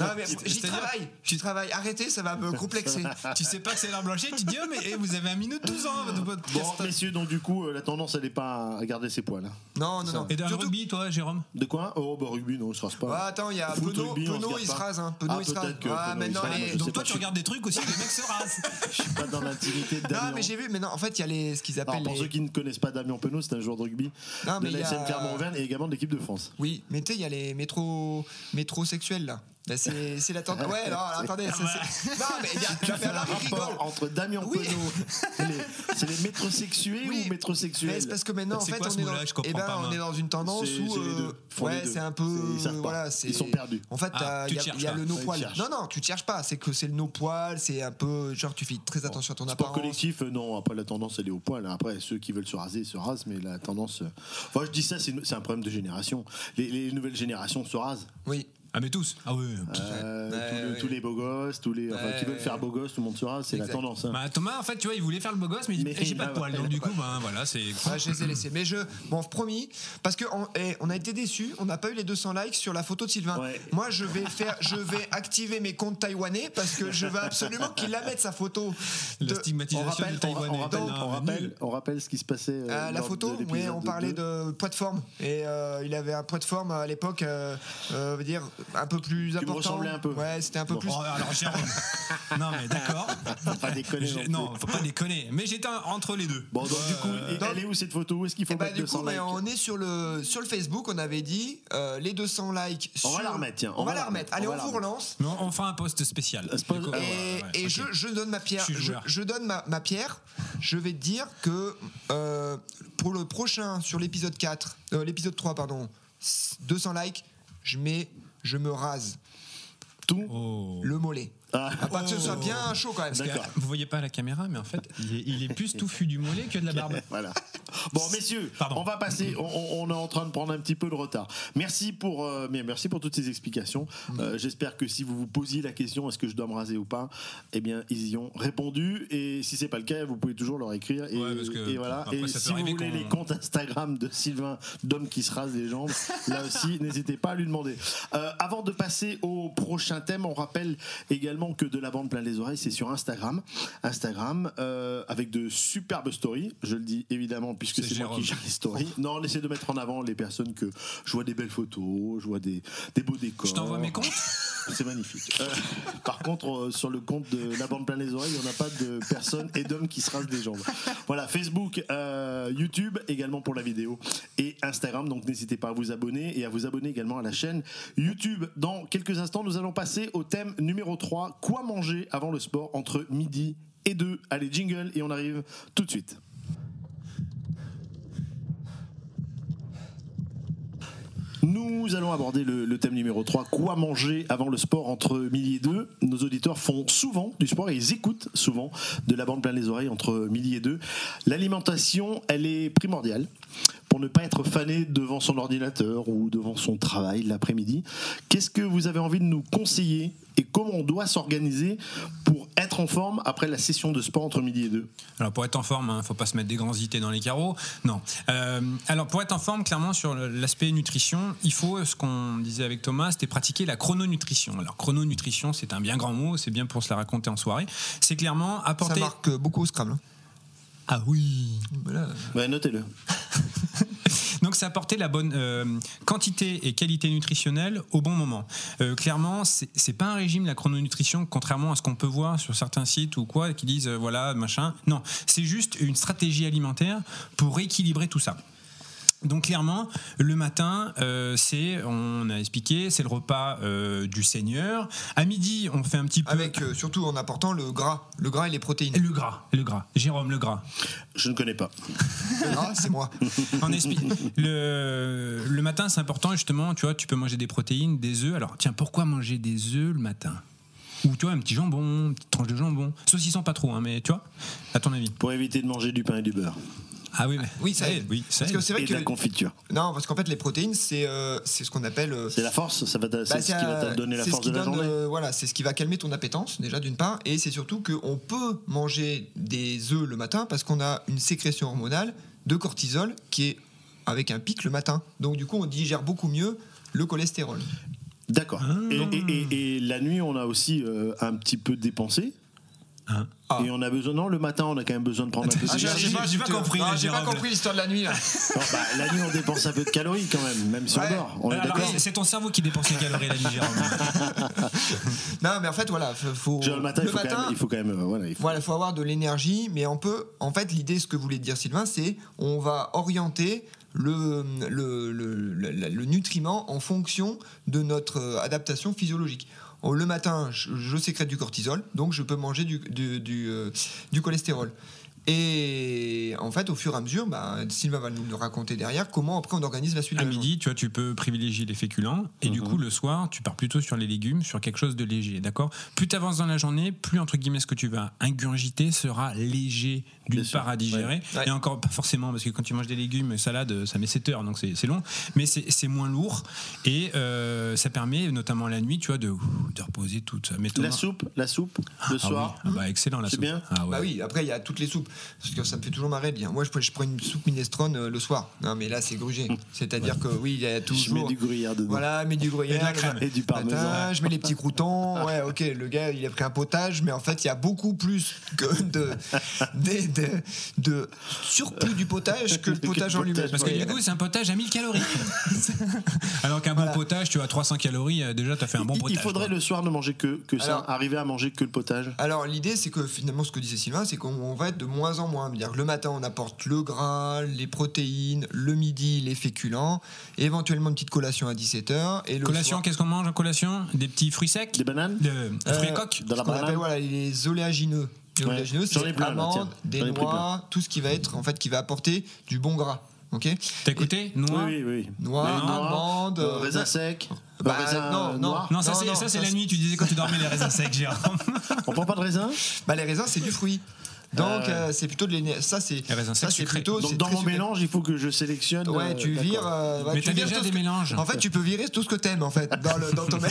Non, mais j'y C'est-à-dire- travaille, j'y travaille. Arrêtez, ça va me complexer. tu sais pas que c'est l'air blanchet, tu dis oh, mais eh, vous avez un minute 12 ans votre Bon, podcast. messieurs, donc du coup, euh, la tendance, elle n'est pas à garder ses poils. hein. Non, non, non. Et dans le Surtout- rugby, toi, Jérôme De quoi Oh, bah rugby, non, on se rase pas. Ah, attends, il y a Foot, Penaud, rugby, on Penaud, regarde il se pas. rase. Hein. Penaud, Ah, il se rase. peut-être que Ah, Penaud, mais il se non, rase, mais- je sais Donc toi, pas, tu je- regardes des trucs aussi, les mecs se rasent. Je suis pas dans l'intimité de Non, Damien. mais j'ai vu, mais non, en fait, il y a les, ce qu'ils appellent. Alors, Ah, pour les- ceux qui ne connaissent pas Damien Penaud, c'est un joueur de rugby Non, de mais il y la a- SM Clermont-Auvergne et également de l'équipe de France. Oui, mais tu sais, il y a les métros, métros sexuels là. Ben, c'est c'est la tentative. Ouais, alors attendez. ça, c'est- Non, mais il y a- non, mais C'est un alors, Ah, il rigole. rapport entre Damien Oui. Penaud et les- C'est les métrosexués Oui. ou métrosexuels Mais c'est parce que maintenant, en C'est fait, quoi on, ce est mot-là dans, Je comprends eh ben, pas, on moi. est dans une tendance C'est- où. c'est les euh, deux. Ils font les ouais, deux. c'est un peu. C'est- ils savent pas. voilà, Ils c'est- sont perdus. En fait, Ah, t'as- tu il y a- cherches, il y a là. le no Ouais, ils poil. cherchent. Non, non, tu te cherches pas. C'est que c'est le no poil, c'est un peu. Genre, tu fais très attention à ton Sport apparence. collectif, euh, non, après la tendance elle est au poil. hein. Après, ceux qui veulent se raser se rasent, mais la tendance. euh, Enfin, je dis ça, c'est une- c'est un problème de génération. Les, les nouvelles générations se rasent. Oui. Ah, mais tous. Ah, oui. oui. Euh, Ouais, tous, les- ouais. tous les beaux gosses, tous les. Enfin, qui veulent Ouais. faire beau gosse, tout le monde se rase, c'est la Exact. tendance. hein. Bah, Thomas, en fait, tu vois, il voulait faire le beau gosse, mais il dit, Mais- Eh, j'ai pas de ah, poils. ouais, Donc, il a du pas coup, ben voilà, c'est. Ouais, je les ai laissés. Mais je. Bon, promis. Parce que on, eh, on a été déçus. On n'a pas eu les 200 likes sur la photo de Sylvain. Ouais. Moi, je vais faire. Je vais activer mes comptes taïwanais parce que je veux absolument qu'il la mette, sa photo. La de- stigmatisation on rappelle, du on, ra- Taïwanais. on rappelle, Non, on mais rappelle, nul. on rappelle ce qui se passait. euh, Euh, la lors photo, de oui, l'épisode on parlait deux. de poids de forme. Et euh, il avait un poids de forme à l'époque, euh, euh, veut dire un peu plus me important. ressemblais un peu. Ouais, c'était un peu Bon. plus. Oh, alors, Jérôme. non, mais d'accord. Faut pas déconner. Je- non. plus. Non, faut pas déconner. Mais j'étais un- entre les deux. Bon, donc du coup, et donc- elle est où cette photo Où est-ce qu'il faut Et bah, mettre du coup, 200 bah, likes on est sur le, sur le Facebook, on avait dit euh, les 200 likes. On va sur- la remettre, tiens, On, va la remettre. Allez, on, va la vous remettre. relance. Mais on, on fera un poste spécial. Un poste- Du coup, Ah, Et, ouais, ouais, et ok. je, je donne ma pierre. Je suis Je, joueur. je donne ma, ma pierre. Je vais te dire que euh, pour le prochain, sur l'épisode 4, euh, l'épisode 3, pardon, 200 likes, je mets, je me rase Tout. Oh. le mollet. Ah, À partir de ça, bien chaud quand même. Parce que, D'accord. Vous voyez pas à la caméra, mais en fait, il est, il est plus touffu du mollet que de la barbe. Voilà. Bon, messieurs, Pardon. on va passer. On, on- on est en train de prendre un petit peu de retard. Merci pour, euh, mais merci pour toutes ces explications. Mm. Euh, J'espère que si vous vous posiez la question, est-ce que je dois me raser ou pas Eh bien, ils y ont répondu. Et si c'est pas le cas, vous pouvez toujours leur écrire. Et, Ouais, parce que, et voilà. après, et ça peut si vous arriver voulez qu'on- les comptes Instagram de Sylvain, d'homme qui se rase les jambes, là aussi, n'hésitez pas à lui demander. Euh, avant de passer au prochain thème, on rappelle également que de la bande plein les oreilles, c'est sur Instagram. Instagram euh, avec de superbes stories. Je le dis évidemment puisque C'est c'est moi Jérôme. qui gère les stories. Non, on essaie de mettre en avant les personnes que je vois des belles photos, je vois des, des beaux décors. Je t'envoie mes comptes C'est magnifique. Euh, par contre, euh, sur le compte de la bande plein les oreilles, on n'a pas de personnes et d'hommes qui se rasent les jambes. Voilà, Facebook, euh, YouTube également pour la vidéo et Instagram. Donc n'hésitez pas à vous abonner et à vous abonner également à la chaîne YouTube. Dans quelques instants, nous allons passer au thème numéro 3, quoi manger avant le sport entre midi et 2. Allez, jingle et on arrive tout de suite. Nous allons aborder le, le thème numéro 3, quoi manger avant le sport entre midi et 2. Nos auditeurs font souvent du sport et ils écoutent souvent de la bande plein les oreilles entre midi et 2. L'alimentation, elle est primordiale pour ne pas être fané devant son ordinateur ou devant son travail l'après-midi. Qu'est-ce que vous avez envie de nous conseiller et comment on doit s'organiser pour être en forme après la session de sport entre midi et 2 Alors pour être en forme, hein, faut pas se mettre des grands IT dans les carreaux. Non. Euh, alors pour être en forme, clairement sur le- l'aspect nutrition, il faut euh, ce qu'on disait avec Thomas, c'était pratiquer la chrononutrition. Alors chrononutrition, c'est un bien grand mot, c'est bien pour se la raconter en soirée. C'est clairement Ça apporter. marque euh, beaucoup au Scrabble. hein. ah oui. Ouais, Ben, Notez-le. Donc c'est apporter la bonne euh, quantité et qualité nutritionnelle au bon moment. Euh, clairement, c'est c'est pas un régime la chrononutrition, contrairement à ce qu'on peut voir sur certains sites ou quoi qui disent euh, voilà machin. Non, c'est juste une stratégie alimentaire pour équilibrer tout ça. Donc clairement, le matin, euh, c'est, on a expliqué, c'est le repas euh, du Seigneur. À midi, on fait un petit peu Avec euh, surtout en apportant le gras. Le gras et les protéines. le gras, le gras. Jérôme, le gras. Je ne connais pas. Le gras, c'est moi. En esprit. Le, le matin, c'est important, justement, tu vois, tu peux manger des protéines, des œufs. Alors, tiens, pourquoi manger des œufs le matin Ou, tu vois, un petit jambon, une petite tranche de jambon. Saucisson, pas trop, hein, mais tu vois, à ton avis. Pour éviter de manger du pain et du beurre Ah oui, mais- Oui, ça aide. Oui, ça Parce que aide. c'est vrai et de que. la confiture. Non, parce qu'en fait, les protéines, c'est euh, c'est ce qu'on appelle. euh, C'est la force, ça va t'a- bah, c'est ce qui va euh, te donner la c'est ce force qui de la donne, journée. euh, voilà, c'est ce qui va calmer ton appétence, déjà d'une part, et c'est surtout qu'on peut manger des œufs le matin parce qu'on a une sécrétion hormonale de cortisol qui est avec un pic le matin. Donc, du coup, on digère beaucoup mieux le cholestérol. euh, D'accord. Ah. Et, et- et- et la nuit, on a aussi euh, un petit peu dépensé. Hein Ah. Et on a besoin. Non, le matin, on a quand même besoin de prendre un peu de Ah, j'ai- calories. j'ai pas- j'ai pas putain. compris, Ah, là, J'ai pas Gérard. compris l'histoire de la nuit, là. Non, bah, la nuit, on dépense un peu de calories quand même, même si Ouais. on dort. On est Alors, d'accord. c'est- c'est ton cerveau qui dépense les calories la nuit, Jérôme. non, mais en fait, voilà, f- faut. Genre, le matin, il, faut quand même, il faut quand même, euh, voilà, il faut- Voilà, il faut avoir de l'énergie, mais on peut. En fait, l'idée, ce que voulait dire Sylvain, c'est on va orienter le, le, le, le- le nutriment en fonction de notre euh, adaptation physiologique. Oh, Le matin, je, je sécrète du cortisol, donc je peux manger du, du, du, euh, du cholestérol. Et en fait, au fur et à mesure, bah, Sylvain va nous le raconter derrière, comment après on organise la suite À Euh, de la journée. midi, tu vois, tu peux privilégier les féculents et Mhm. du coup le soir, tu pars plutôt sur les légumes, sur quelque chose de léger, d'accord Plus tu avances dans la journée, plus entre guillemets ce que tu vas ingurgiter sera léger d'une Bien sûr, part à digérer Ouais. et encore pas forcément parce que quand tu manges des légumes, salade, ça met 7 heures donc c'est c'est long, mais c'est c'est moins lourd et euh, ça permet notamment la nuit, tu vois, de, ouh, de reposer toute ça. Mais La Thomas- soupe, la soupe, le Ah soir. oui. Ah bah excellent la C'est soupe. bien. Ah ouais. Bah oui, après il y a toutes les soupes, parce que ça me fait toujours marrer de dire, moi je prends, je prends une soupe minestrone euh, le soir, non mais là c'est grugé, c'est-à-dire que oui, il y Je a mets toujours... du gruyère dedans. Voilà, mets du gruyère, Et de la crème. le- Et du parmesan. Attends, je mets les petits croutons. Ouais, ok, le gars, il a pris un potage, mais en fait, il y a beaucoup plus que de, de, de- de surplus du potage que le Que le potage en lui-même. potage, Parce que Ouais. du coup, c'est un potage à 1000 calories. Alors qu'un bon potage, tu as 300 calories, euh, déjà, tu as fait un bon Il- potage. il faudrait quoi. le soir ne manger que, que ça, Alors- arriver à manger que le potage. Alors l'idée c'est que finalement ce que disait Sylvain c'est qu'on on va être de moins en moins. C'est-à-dire que le matin on apporte le gras, les protéines, le midi les féculents, et éventuellement une petite collation à 17h et le Collation, soir, qu'est-ce qu'on mange en collation Des petits fruits secs Des bananes De- Euh, Fruits à coque De ce la qu'on appelle banane voilà, les oléagineux. Les Ouais, oléagineux j'en ai c'est plein, là, amandes, tiens. des J'en ai pris noix, tout ce qui va être en fait qui va apporter du bon gras. OK T'as écouté Noix Oui, oui, oui. Noix, Les noix, amandes, euh, euh, raisin sec, bah, euh, raisin non, non. noir. Non, ça, Non, c'est, non, ça, c'est ça, la c'est- nuit, tu disais quand tu dormais les raisins secs, Jérôme. On prend pas de raisin Bah les raisins c'est du fruit. Donc Ah ouais. euh, c'est plutôt de l'énergie. Ça c'est Les raisins ça, secs c'est sucrés. plutôt Donc Oh, c'est dans très mon sucré. mélange, il faut que je sélectionne. Ouais, euh, tu d'accord. vires. euh, bah, Mais tu t'as vires déjà tout ce des que- mélanges. En fait, tu peux virer tout ce que t'aimes, en fait, dans, le, dans ton mé-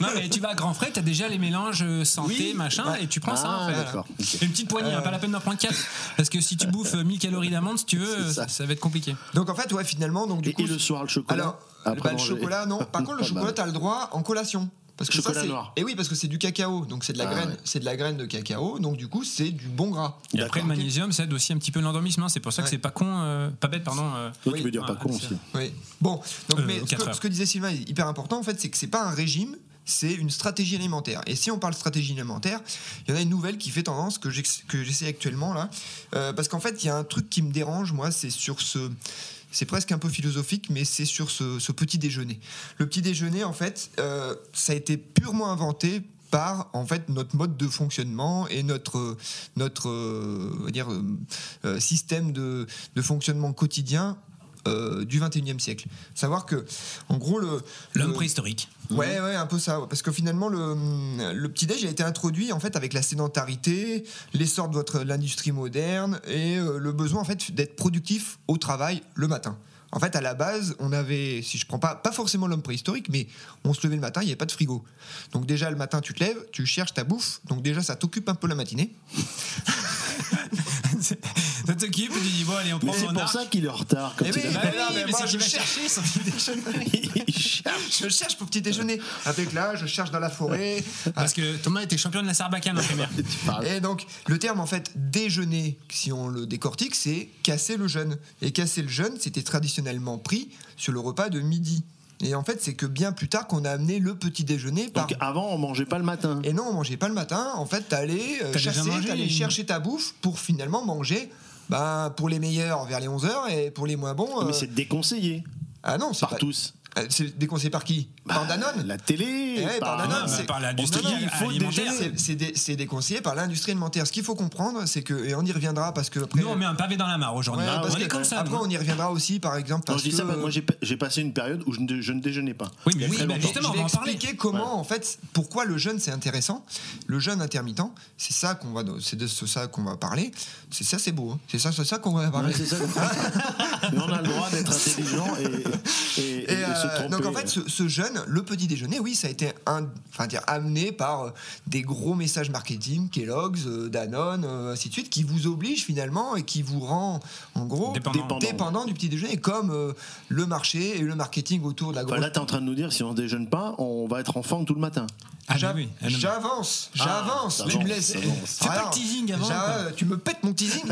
Non, mais tu vas à grand frais, t'as déjà les mélanges euh, santé, Oui. machin, et tu prends ça, Ah, en fait. d'accord. Ok. Euh. Une petite poignée, hein, pas la peine d'en prendre 4. Parce que si tu bouffes euh, 1000 calories d'amande, si tu veux, euh, C'est ça. ça. va être compliqué. Donc, en fait, ouais, finalement, donc du Et, coup. et le soir, le chocolat. Ah, Alors, Après bah, le manger. chocolat, non. Par contre, le Pas chocolat, mal. t'as le droit en collation. Parce que Chocolat ça, c'est. noir. Et oui, parce que c'est du cacao, donc c'est de la Ah, graine, ouais. c'est de la graine de cacao, donc du coup, c'est du bon gras. Et après, le magnésium, ça aide aussi un petit peu l'endormissement. C'est pour ça que Ouais. c'est pas con, euh, pas bête, pardon. euh, Toi, Oui. tu veux dire pas Ah, con c'est- aussi. Oui. Bon, donc, Euh, mais ce quatre que, heures. ce que disait Sylvain est hyper important, en fait, c'est que c'est pas un régime, c'est une stratégie alimentaire. Et si on parle stratégie alimentaire, il y en a une nouvelle qui fait tendance, que j'ex- que j'essaie actuellement, là. Euh, parce qu'en fait, il y a un truc qui me dérange, moi, c'est sur ce. C'est presque un peu philosophique, mais c'est sur ce, ce petit déjeuner. Le petit déjeuner, en fait, euh, ça a été purement inventé par en fait notre mode de fonctionnement et notre notre euh, on va dire euh, euh, système de, de fonctionnement quotidien euh, du 21e siècle. Savoir que, en gros, le. L'homme le- préhistorique. Ouais, ouais, un peu ça. ouais. Parce que finalement, le, le petit-déj a été introduit en fait avec la sédentarité, l'essor de votre- de l'industrie moderne et euh, le besoin en fait d'être productif au travail le matin. En fait, à la base, on avait, si je prends pas, pas forcément l'homme préhistorique, mais on se levait le matin, il n'y avait pas de frigo. Donc déjà, le matin, tu te lèves, tu cherches ta bouffe, donc déjà, ça t'occupe un peu la matinée. ça t'occupe, tu dis, bon, allez, on Euh. Mais prend c'est son pour arc. ça qu'il est en retard. Comme Oh, Eh tu oui, l'as Bah dit. oui, Non, mais mais moi, c'est qu'il je va cherche. chercher son petit déjeuner. Il cherche. Je cherche pour petit déjeuner. Avec là, je cherche dans la forêt, Parce que Thomas était champion de la Sarbacane en primaire. Tu Ah parles. Et donc, le terme, en fait, déjeuner, si on le décortique, c'est casser le jeûne. Et casser le jeûne, c'était traditionnellement pris sur le repas de midi. Et en fait, c'est que bien plus tard qu'on a amené le petit déjeuner par... Donc avant, on mangeait pas le matin. Et non, on mangeait pas le matin. En fait, t'allais euh, T'as déjà chasser, mangé t'allais une- chercher ta bouffe pour finalement manger... Bah, pour les meilleurs vers les 11h et pour les moins bons. euh, Mais c'est déconseillé Ah non, c'est par pas- tous. Euh, C'est déconseillé par qui Par Bah, Danone La télé. Eh ouais, par Ah, Danone, bah, c'est- par l'industrie on en a, il faut alimentaire. déjeuner. C'est- C'est dé- c'est déconseillé par l'industrie alimentaire. Ce qu'il faut comprendre, c'est que, et on y reviendra parce que après. Nous, on met un pavé dans la mare aujourd'hui. Ah, Ouais, on parce est que comme ça. Après, nous. on y reviendra aussi, par exemple, Non, parce je dis ça, que- parce que moi j'ai pa- j'ai passé une période où je ne, je ne déjeonnais pas. Oui, mais Il y a oui, très mais longtemps. justement, je on va vais en parler. expliquer comment, en fait, pourquoi le jeûne c'est intéressant. Le jeûne intermittent, c'est ça qu'on va, c'est de ce- ça qu'on va parler. C'est ça, c'est beau. hein. C'est ça, c'est ça qu'on va Ouais, parler. c'est ça. Mais on a le droit d'être intelligent et, et- et- Et, et euh, se tromper. donc en fait, ce, ce jeûne, le petit déjeuner, oui, ça a été un, enfin, dire, amené par euh, des gros messages marketing, Kellogg's, euh, Danone, euh, ainsi de suite, qui vous oblige finalement et qui vous rend en gros euh, Dépendant. dépendant, du petit déjeuner, comme euh, le marché et le marketing autour de la Enfin, grosse. là, t'es en train de nous dire, si on ne déjeune pas, on va être en forme tout le matin. Ah, J'a- bah oui. Ah, non, mais- J'avance, Ah, j'avance, ça tu me avance, laisses. ça avance. Fais pas Alors, le teasing avant, j'a- quoi. Tu me pètes mon teasing.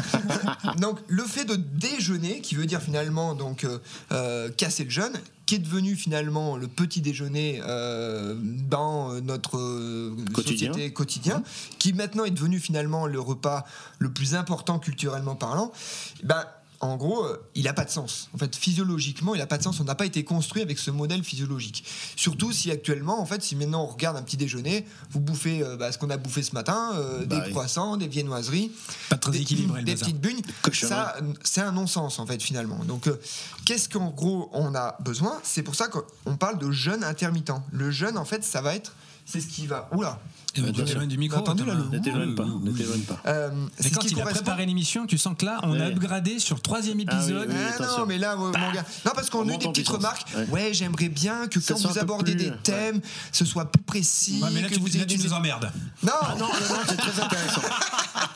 donc le fait de déjeuner, qui veut dire finalement donc euh, euh, casser le jeûne, qui est devenu finalement le petit déjeuner euh, dans euh, notre euh, Quotidien. société quotidien, qui maintenant est devenu finalement le repas le plus important culturellement parlant, ben en gros, euh, il n'a pas de sens. En fait, physiologiquement, il n'a pas de sens. On n'a pas été construit avec ce modèle physiologique. Surtout si actuellement, en fait, si maintenant on regarde un petit déjeuner, vous bouffez euh, bah, ce qu'on a bouffé ce matin, euh, Bah des oui. croissants, des viennoiseries, Pas très des, équilibré le des bazar. petites bugnes. Ça, c'est un non-sens, en fait, finalement. Donc, euh, qu'est-ce qu'en gros on a besoin C'est pour ça qu'on parle de jeûne intermittent. Le jeûne, en fait, ça va être. C'est ce qui va. Oula Eh ben, tu Attention. t'éloignes du micro. T'as entendu, Bah, là, Thomas. le- Ne t'éloigne pas, Oui, ne Ah. oui, oui. t'éloigne pas. Euh, Mais c'est ce quand qui il a correspond- préparé l'émission, tu sens que là, on a Ouais. upgradé sur troisième épisode. oui, oui. Ah attention. non, mais là, ouais, Bah, mon gars. Non, parce qu'on On a eu monte des en petites puissance. remarques. Ouais. Ouais, j'aimerais bien que Ça quand soit vous un peu abordez plus, des ouais. thèmes, ce soit plus précis. Ouais, mais là, que tu, vous là, ayez tu des- nous emmerdes. Non, Ah non, non, non, c'est très intéressant.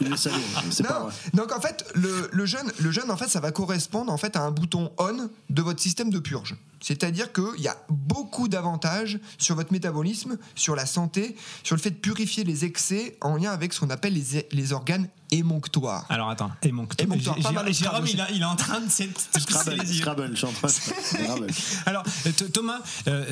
Il est salaud, c'est non. pas vrai. Donc en fait, le, le jeûne, le jeûne, en fait, ça va correspondre en fait à un bouton on de votre système de purge. C'est-à-dire qu'il y a beaucoup d'avantages sur votre métabolisme, sur la santé, sur le fait de purifier les excès en lien avec ce qu'on appelle les, les organes émonctoires. Alors attends, et mon Et mon- pas mal au Scrabble Jérôme, aussi. il, a- il est en train de s'é- se pousser Scrabble, les yeux. Scrabble, je suis en train de- Scrabble. Alors, euh, Th- Thomas, euh,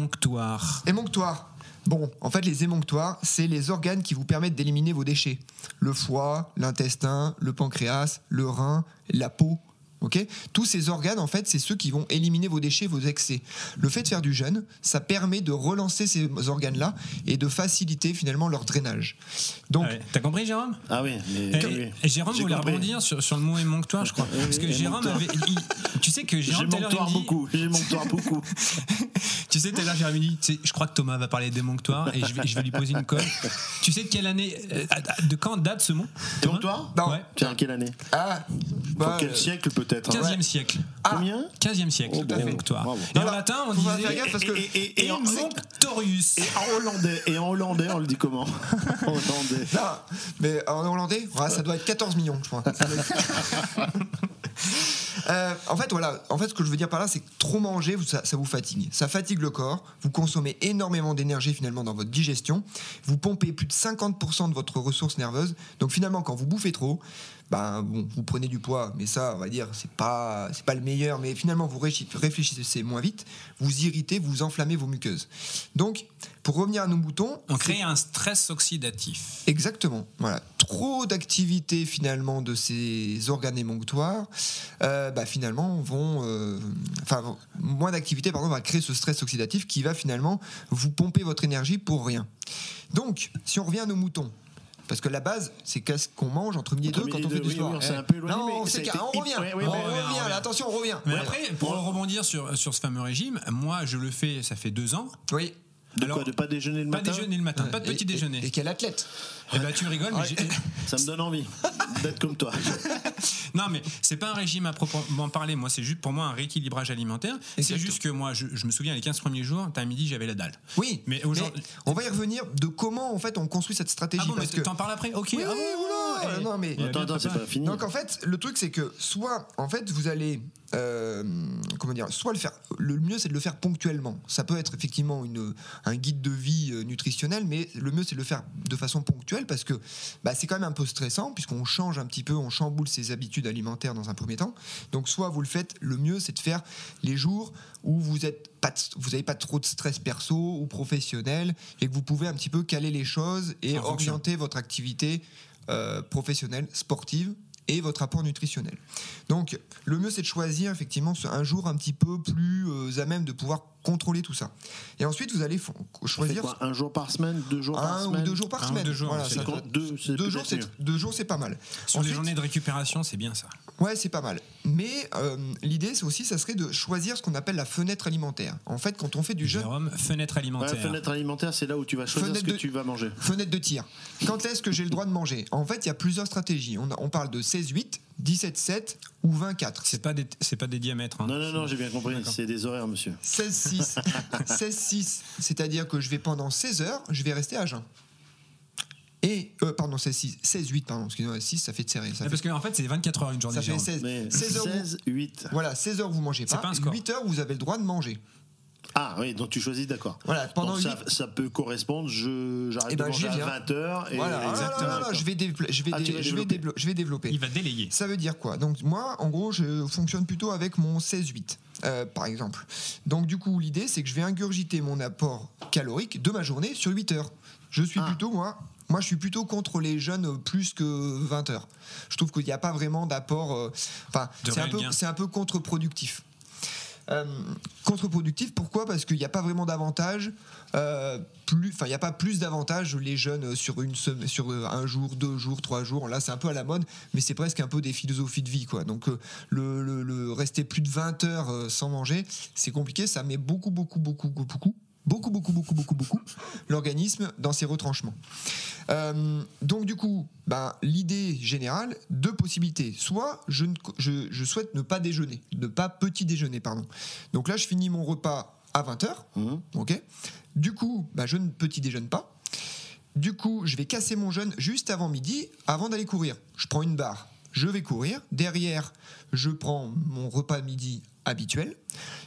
émonctoire. Émonctoires. Bon, en fait, les émonctoires, c'est les organes qui vous permettent d'éliminer vos déchets. Le foie, l'intestin, le pancréas, le rein, la peau. ok Tous ces organes, en fait, c'est ceux qui vont éliminer vos déchets, vos excès. Le fait de faire du jeûne, ça permet de relancer ces organes-là et de faciliter finalement leur drainage. Donc, Ouais. T'as compris, Jérôme Ah oui, mais. Et- oui. et Jérôme J'ai voulait compris. rebondir sur, sur le mot émonctoire, je crois. Oui, Parce que oui, Jérôme émonctoire. avait. il- tu sais que J'ai Jérôme, tout à l'heure, il mon me dit- beaucoup, j'ai mon beaucoup. Tu sais, tout à l'heure, Jérémy dit, tu sais, je crois que Thomas va parler d'émonctoire et je vais, je vais lui poser une colle. Tu sais de quelle année, euh, de quand date ce mot Thomas Émonctoire Non. Ouais. Tiens, quelle année ah, Pour bah, quel euh, siècle peut-être hein. 15e siècle. ah, Combien 15e siècle, Oh, bravo, émonctoire. bravo. Et Voilà. en latin, on bah, Faut pas disait faire gaffe parce que- Et- et- et en- émonctorius. Et en hollandais, et en hollandais, on le dit comment En hollandais. Non, mais en hollandais, ouais, ça doit être 14 millions, je crois. Euh, en fait, voilà. En fait, ce que je veux dire par là, c'est que trop manger, vous- ça, ça vous fatigue. Ça fatigue le corps. Vous consommez énormément d'énergie finalement dans votre digestion. Vous pompez plus de 50% de votre ressource nerveuse. Donc finalement, quand vous bouffez trop, ben bon, vous prenez du poids. Mais ça, on va dire, c'est pas, c'est pas le meilleur. Mais finalement, vous réchi- réfléchissez moins vite. Vous irritez, vous enflammez vos muqueuses. Donc, pour revenir à nos moutons, On crée un stress oxydatif. Exactement. Voilà. Trop d'activités finalement de ces organes émonctoires, euh, bah, finalement vont, euh, enfin vont- moins d'activités pardon va créer ce stress oxydatif qui va finalement vous pomper votre énergie pour rien. Donc, si on revient à nos moutons. Parce que la base, c'est qu'est-ce qu'on mange entre midi et Entre deux quand midi on et fait deux, du oui, sport. oui, on s'est Eh. un peu éloigné, Non, mais on ça a été s'écarte. on hyp- revient, ouais, ouais, on ouais, ouais, revient, ouais. là, attention, on revient. Mais Ouais. après, pour rebondir sur, sur ce fameux régime, moi, je le fais, ça fait deux ans. oui. De Alors, quoi De pas déjeuner le Pas matin déjeuner le matin, pas de Et- petit et- déjeuner. Et, quel athlète Eh ben, tu rigoles, mais j'ai- Ça me donne envie d'être comme toi. Non, mais c'est pas un régime à proprement parler. Moi, c'est juste pour moi un rééquilibrage alimentaire. C'est Exactement. juste que moi, je, je me souviens, les 15 premiers jours, t'as midi, j'avais la dalle. Oui. Mais aujourd'hui- on va y revenir de comment en fait on construit cette stratégie. Ah bon, mais parce que- t'en parles après Ok. Oui, ah oui, bon, oula, eh, non, mais- il a Attends, bien attends, c'est préparé. pas fini. Donc en fait, le truc c'est que soit en fait vous allez euh, comment dire, soit le faire. Le mieux c'est de le faire ponctuellement. Ça peut être effectivement une, un guide de vie euh, nutritionnel, mais le mieux c'est de le faire de façon ponctuelle parce que bah, c'est quand même un peu stressant puisqu'on change un petit peu, on chamboule ses habitudes alimentaires dans un premier temps. Donc soit vous le faites, le mieux c'est de faire les jours où vous êtes pas de- vous n'avez pas trop de stress perso ou professionnel et que vous pouvez un petit peu caler les choses et En fonction. orienter votre activité euh, professionnelle, sportive et votre apport nutritionnel. Donc, le mieux, c'est de choisir effectivement ce- un jour un petit peu plus euh, à même de pouvoir contrôler tout ça. Et ensuite, vous allez fo- On fait choisir quoi Un jour par semaine Deux jours par un ou semaine deux jours par Un ou semaine. deux jours, Voilà, c'est ça quand doit- Deux, c'est deux jours, peut-être c'est mieux. deux jours, c'est pas mal. Sur les Ensuite- journées de récupération, c'est bien ça. Ouais, c'est pas mal. Mais euh, l'idée, c'est aussi, ça serait de choisir ce qu'on appelle la fenêtre alimentaire. En fait, quand on fait du jeûne, Jérôme, fenêtre Ouais, alimentaire. fenêtre alimentaire, c'est là où tu vas choisir Fenêtre ce que de- tu vas manger. Fenêtre de tir. Quand est-ce que j'ai le droit de manger En fait, il y a plusieurs stratégies. On, a- on parle de 16-8, 17-7 ou 24. C'est pas des, c'est pas des diamètres. hein. Non, non, non, j'ai bien compris. D'accord. C'est des horaires, monsieur. 16-6. 16-6, c'est-à-dire que je vais pendant 16 heures, je vais rester à jeun. Et, euh, pardon, 16-6, 16-8, pardon, excusez-moi, 6, ça fait de serré. Ça fait, Mais Parce qu'en fait, c'est 24 heures une journée. ça fait Jérôme. 16. Mais 16 heures, vous- 16, 8. voilà, 16 heures, vous mangez C'est pas. pas un score. 8 heures, vous avez le droit de manger. Ah oui, donc tu choisis, d'accord. Voilà, pendant Donc, ça, huit- ça peut correspondre, je, j'arrête Eh ben, de manger j'y viens. à 20h. Et voilà, ah là là là là, d'accord. je vais, dépla- je vais, Ah, tu dé- vas je vais développer. déblo- je vais développer. Il va délayer. Ça veut dire quoi Donc moi, en gros, je fonctionne plutôt avec mon 16-8, euh, par exemple. Donc du coup, l'idée, c'est que je vais ingurgiter mon apport calorique de ma journée sur 8 heures. Je suis Ah. plutôt, moi, Moi, je suis plutôt contre les jeunes euh, plus que 20 heures. Je trouve qu'il n'y a pas vraiment d'apport. euh, Enfin, De c'est un réel peu, gain. c'est un peu contre-productif. Euh, contre-productif, pourquoi Parce qu'il n'y a pas vraiment d'avantages. euh, plus- Enfin, il n'y a pas plus d'avantages les jeunes euh, sur une semaine, sur euh, un jour, deux jours, trois jours. Là, c'est un peu à la mode, mais c'est presque un peu des philosophies de vie, quoi. Donc, euh, le, le- le rester plus de 20 heures euh, sans manger, c'est compliqué. Ça met beaucoup, beaucoup, beaucoup, beaucoup, beaucoup, beaucoup, beaucoup, beaucoup, beaucoup l'organisme dans ses retranchements. Euh, donc du coup, ben, l'idée générale, deux possibilités. Soit je, ne- je- je souhaite ne pas déjeuner, ne pas petit déjeuner, pardon. Donc là, je finis mon repas à 20h, Mhm. ok Du coup, ben, je ne petit déjeune pas. Du coup, je vais casser mon jeûne juste avant midi, avant d'aller courir. Je prends une barre, je vais courir. Derrière, je prends mon repas midi habituel.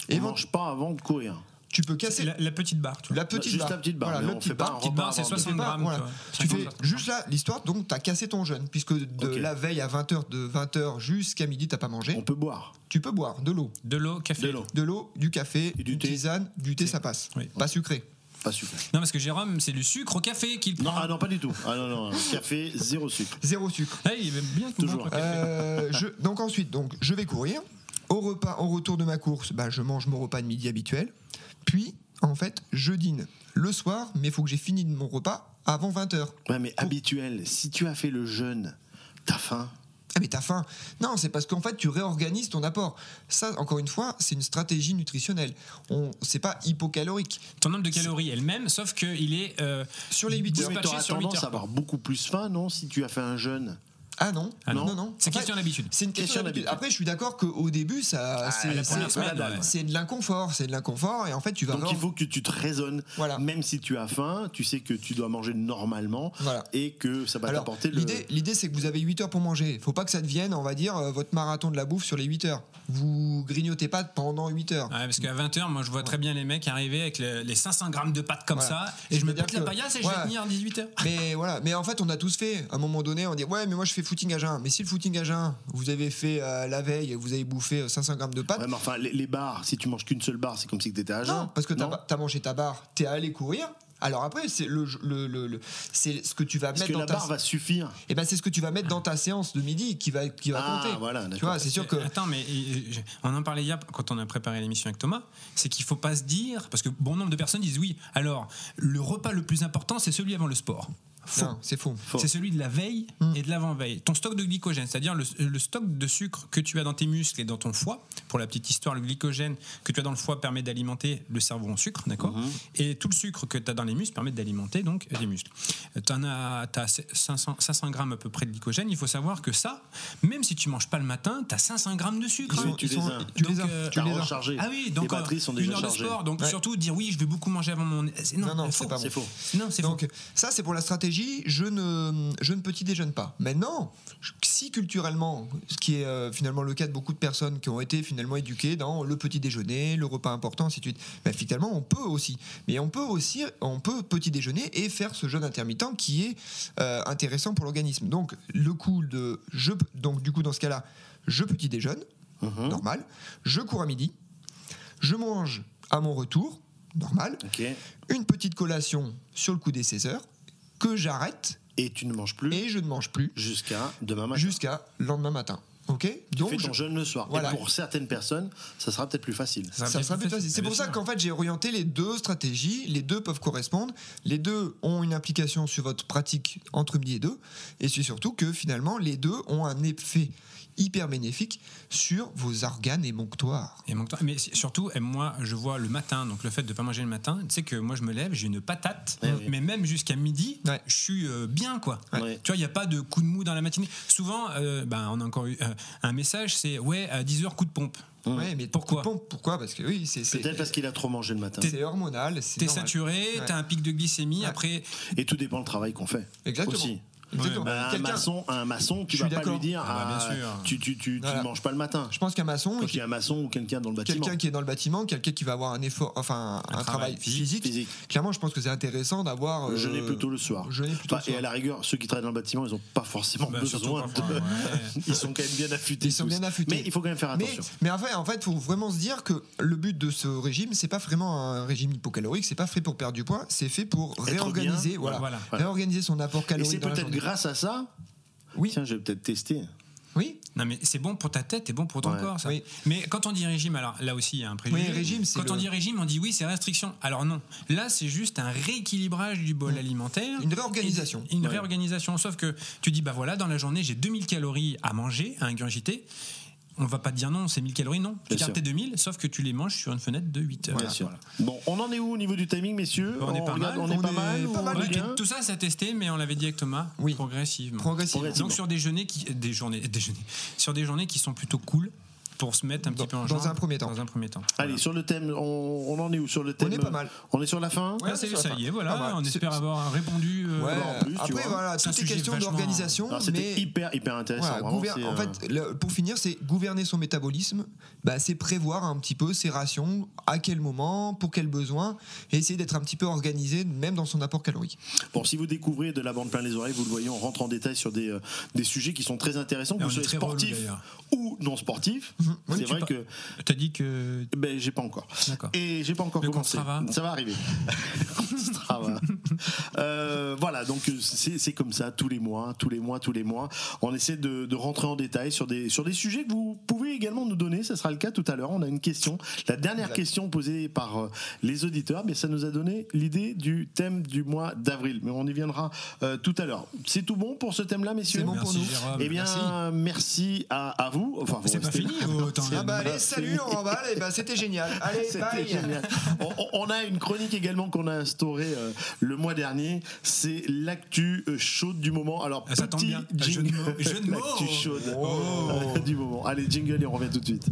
Et Et bon, mange pas avant de courir. tu peux casser La, la petite barre, tu vois. la petite Juste barre. la petite barre, Voilà, mais le on petit fait pas bar. un Petite barre, c'est avant de- 60 Pas- grammes. voilà. tu vois. Tu 50, fais 60. juste là l'histoire, donc t'as cassé ton jeûne, puisque de Ok. la veille à 20h, de 20h jusqu'à midi, t'as pas mangé. On peut boire Tu peux boire de l'eau, de l'eau, café. de l'eau, de l'eau, du café, Et du une thé. tisane, du thé, ça passe. Oui. Pas sucré. pas sucré. Non, parce que Jérôme, c'est du sucre au café qu'il Non, prend. ah non, pas du tout. Ah non, non, café, zéro sucre. Zéro sucre. Ah, il aime bien tout Toujours. bon, toi. Euh, je- donc ensuite, donc, je vais courir. Au repas, en retour de ma course, bah, je mange mon repas de midi habituel. Puis, en fait, je dîne le soir, mais il faut que j'ai fini mon repas avant 20h. Ouais, mais habituel, si tu as fait le jeûne, t'as faim. Ah mais t'as faim Non, c'est parce qu'en fait tu réorganises ton apport. Ça, encore une fois, c'est une stratégie nutritionnelle. On, c'est pas hypocalorique. Ton nombre de calories est le même, sauf qu'il est. euh, Sur les 8 Oui, heures. Dispatché mais t'auras sur huit tendance heures, à avoir beaucoup plus faim, non, si tu as fait un jeûne. Ah non, Ah non, non. non, C'est En fait, question d'habitude. C'est une question Question d'habitude. d'habitude. Ah, Après, je suis d'accord qu'au début, ça, c'est, la c'est, première semaine, c'est- ouais. c'est de l'inconfort, c'est de l'inconfort, et en fait, tu vas. Donc il réor- faut que tu te raisonnes. Voilà. Même si tu as faim, tu sais que tu dois manger normalement Voilà. et que ça va Alors, t'apporter le. l'idée, l'idée, c'est que vous avez 8 heures pour manger. Faut pas que ça devienne, on va dire, euh, votre marathon de la bouffe sur les 8 heures. Vous grignotez pas pendant 8 heures. Ouais, parce qu'à 20h, moi je vois très bien les mecs arriver avec le- les 500 grammes de pâtes comme Voilà. ça, et je me C'est-à-dire pète la que- paillasse et je Ouais. vais tenir 18h. Mais voilà, mais en fait, on a tous fait. À un moment donné, on dit ouais, mais moi je fais footing à jeun. Mais si le footing à jeun, vous avez fait euh, la veille, et vous avez bouffé euh, 500 grammes de pâtes. Ouais, mais enfin, les, les bars, si tu manges qu'une seule barre, c'est comme si tu étais à jeun. non, parce que t'as Non pas- t'as mangé ta barre, t'es allé courir. Alors après, c'est le, le, le- le- c'est ce que tu vas Parce mettre que dans la ta. barre va suffire. Eh ben, c'est ce que tu vas mettre dans ta séance de midi qui va qui va Ah, compter. voilà, tu d'accord. vois, c'est sûr que. Mais Attends, mais euh, je- on en parlait hier quand on a préparé l'émission avec Thomas, c'est qu'il faut pas se dire, parce que bon nombre de personnes disent oui, alors le repas le plus important c'est celui avant le sport. Faux. Non, c'est faux. Hmm. Faux. C'est celui de la veille et de l'avant-veille. Ton stock de glycogène, c'est-à-dire le, le stock de sucre que tu as dans tes muscles et dans ton foie, pour la petite histoire, le glycogène que tu as dans le foie permet d'alimenter le cerveau en sucre, d'accord Hmm. Et tout le sucre que tu as dans les muscles permet d'alimenter donc les muscles. Tu as, t'as 500, 500 grammes à peu près de glycogène. Il faut savoir que ça, même si tu manges pas le matin, tu as 500 grammes de sucre. Ils hein. sont- tu Ils les sont- as. tu Donc, les as. euh, tu T'as les as. rechargé. Ah oui, les donc euh, batteries sont une déjà heure de chargées. sport. Donc Ouais. surtout dire oui, je vais beaucoup manger avant mon. c'est- Non, Non, non, faux. c'est pas bon. C'est faux. Non, c'est faux. Donc, ça, c'est pour la stratégie. Je ne, je ne petit déjeune pas. Maintenant, je- si culturellement, ce qui est euh, finalement le cas de beaucoup de personnes qui ont été finalement éduquées dans le petit déjeuner, le repas important, ainsi de suite, ben, finalement, on peut aussi. Mais on peut aussi, on peut petit déjeuner et faire ce jeûne intermittent qui est euh, intéressant pour l'organisme. Donc, le coup de, je, donc du coup, dans ce cas-là, je petit déjeune, Mhm. normal. Je cours à midi. Je mange à mon retour, normal Ok. une petite collation sur le coup des 16 heures que j'arrête Et tu ne manges plus et je ne mange plus jusqu'à demain matin. jusqu'à lendemain matin. Ok Donc Fais ton je- jeûne le soir. Voilà. Et pour certaines personnes, ça sera peut-être plus facile. Ça ça va sera peut-être plus facile. C'est Bien pour ça sûr. qu'en fait j'ai orienté les deux stratégies, les deux peuvent correspondre, les deux ont une implication sur votre pratique entre midi et deux, et c'est surtout que finalement les deux ont un effet hyper bénéfique sur vos organes émonctoires. Et manque-toi. Mais si- surtout, et moi, je vois le matin, donc le fait de ne pas manger le matin, tu sais que moi, je me lève, j'ai une patate, Ouais, ouais. mais même jusqu'à midi, Ouais. je suis euh, bien, quoi. Ouais. Tu vois, il n'y a pas de coup de mou dans la matinée. Souvent, euh, ben, on a encore eu euh, un message, c'est ouais, à 10h, coup de pompe. Mmh. Ouais, mais Pourquoi bon, pourquoi Parce que oui, c'est c'est- Peut-être parce qu'il a trop mangé le matin. c'est hormonal, c'est T'es normal. saturé, Ouais. t'as un pic de glycémie, Ouais. après, Et tout dépend du travail qu'on fait. Exactement. Aussi. Exactement. Bah, un, Euh, Quelqu'un- maçon, un maçon, tu Je vas suis pas d'accord. lui dire Ah bah, ah, bien sûr. tu, tu, tu, tu Voilà. ne manges pas le matin. Je pense qu'un maçon, Quand il y a un maçon ou quelqu'un dans le bâtiment. quelqu'un qui est dans le bâtiment, quelqu'un qui va avoir un effort, enfin un, Un travail travail physique, physique. clairement, je pense que c'est intéressant d'avoir. Le euh, jeûner plutôt le soir. jeûner plutôt Enfin, le soir. Et à la rigueur, ceux qui travaillent dans le bâtiment, ils n'ont pas forcément Bah, surtout besoin parfois, de- ouais. Ils sont quand même bien affûtés. Ils sont tous. bien affûtés. Mais il faut quand même faire Mais, attention. mais en fait, en fait, faut vraiment se dire que le but de ce régime, c'est pas vraiment un régime hypocalorique, c'est pas fait pour perdre du poids, c'est fait pour bien, réorganiser, voilà, voilà, voilà. réorganiser son apport Et calorique. c'est dans la peut-être journée. grâce à ça. Oui. Tiens, je vais peut-être tester. Oui, Non, mais c'est bon pour ta tête et bon pour ton Ouais. corps, ça. Oui. Mais quand on dit régime, alors là aussi, il y a un préjugé. Oui, régime, c'est Quand on le- dit régime, on dit oui, c'est restriction. Alors non. Là, c'est juste un rééquilibrage du bol alimentaire. Mm. Une réorganisation. Et- Une Ouais. réorganisation. Sauf que tu dis, bah voilà, dans la journée, j'ai 2000 calories à manger, à ingurgiter. On va pas te dire non, c'est 1000 calories, non. Tu Bien gardes sûr. tes 2000, sauf que tu les manges sur une fenêtre de 8 heures. Bien Voilà. sûr. Bon, on en est où au niveau du timing, messieurs On est pas regarde- mal, On est Ah, on pas est mal. pas ou mal on est Ouais, bien tout, tout ça, c'est testé, mais on l'avait dit avec Thomas, Oui. progressivement. progressivement. Progressivement. Donc sur des journées qui, des journées, des journées- sur des journées qui sont plutôt cool pour se mettre un petit Dans- peu en dans jambe. un premier temps. Dans un premier temps. Allez, sur le thème, on, on en est où sur le thème est pas mal. On est sur la fin Voilà. Ouais, Ah, c'est- ça ça va. y est, Pas mal. voilà. On bah, C'est- espère c'est- avoir répondu. euh, Ouais, en plus, tu après, vois. voilà, C'est un toutes est sujet question vachement- d'organisation, Alors, C'était mais hyper, hyper intéressant. Voilà, vraiment, gouver- c'est, en euh, fait, le- pour finir, c'est gouverner son métabolisme, bah, c'est prévoir un petit peu ses rations, à quel moment, pour quel besoin, et essayer d'être un petit peu organisé, même dans son apport calorique. Bon, si vous découvrez de la bande plein les oreilles, vous le voyez, on rentre en détail sur des, euh, des sujets qui sont très intéressants, que Et vous on est soyez très relou, sportif d'ailleurs. Mhm. ou non sportif. c'est Oui, tu vrai par- que T'as dit que. ben, j'ai pas encore. D'accord. Et j'ai pas encore Le commencé. Constrava. Ça va arriver. Constrava. Euh, voilà, donc c'est c'est comme ça tous les mois, tous les mois, tous les mois. On essaie de, de rentrer en détail sur des, sur des sujets que vous pouvez également nous donner. Ça sera le cas tout à l'heure. On a une question, la dernière Exact. question posée par euh, les auditeurs, mais ça nous a donné l'idée du thème du mois d'avril. Mais on y viendra euh, tout à l'heure. C'est tout bon pour ce thème-là, messieurs C'est bon pour Merci nous. Jérôme. Eh bien, Merci. merci, à, à vous. Enfin, vous C'est pas restez- fini. oh, attends, Ah bah bah, allez, salut, c'est- on remballe, et bah c'était génial. Allez, C'était bye. génial. On, on- on a une chronique également qu'on a instaurée euh, le mois dernier. C'est l'actu euh, chaude du moment. Alors, Ah, ça tombe petit bien. Ah, jeu de jingle. mots, jeu de mots. L'actu chaude Oh. euh, du moment. Allez, jingle et on revient tout de suite.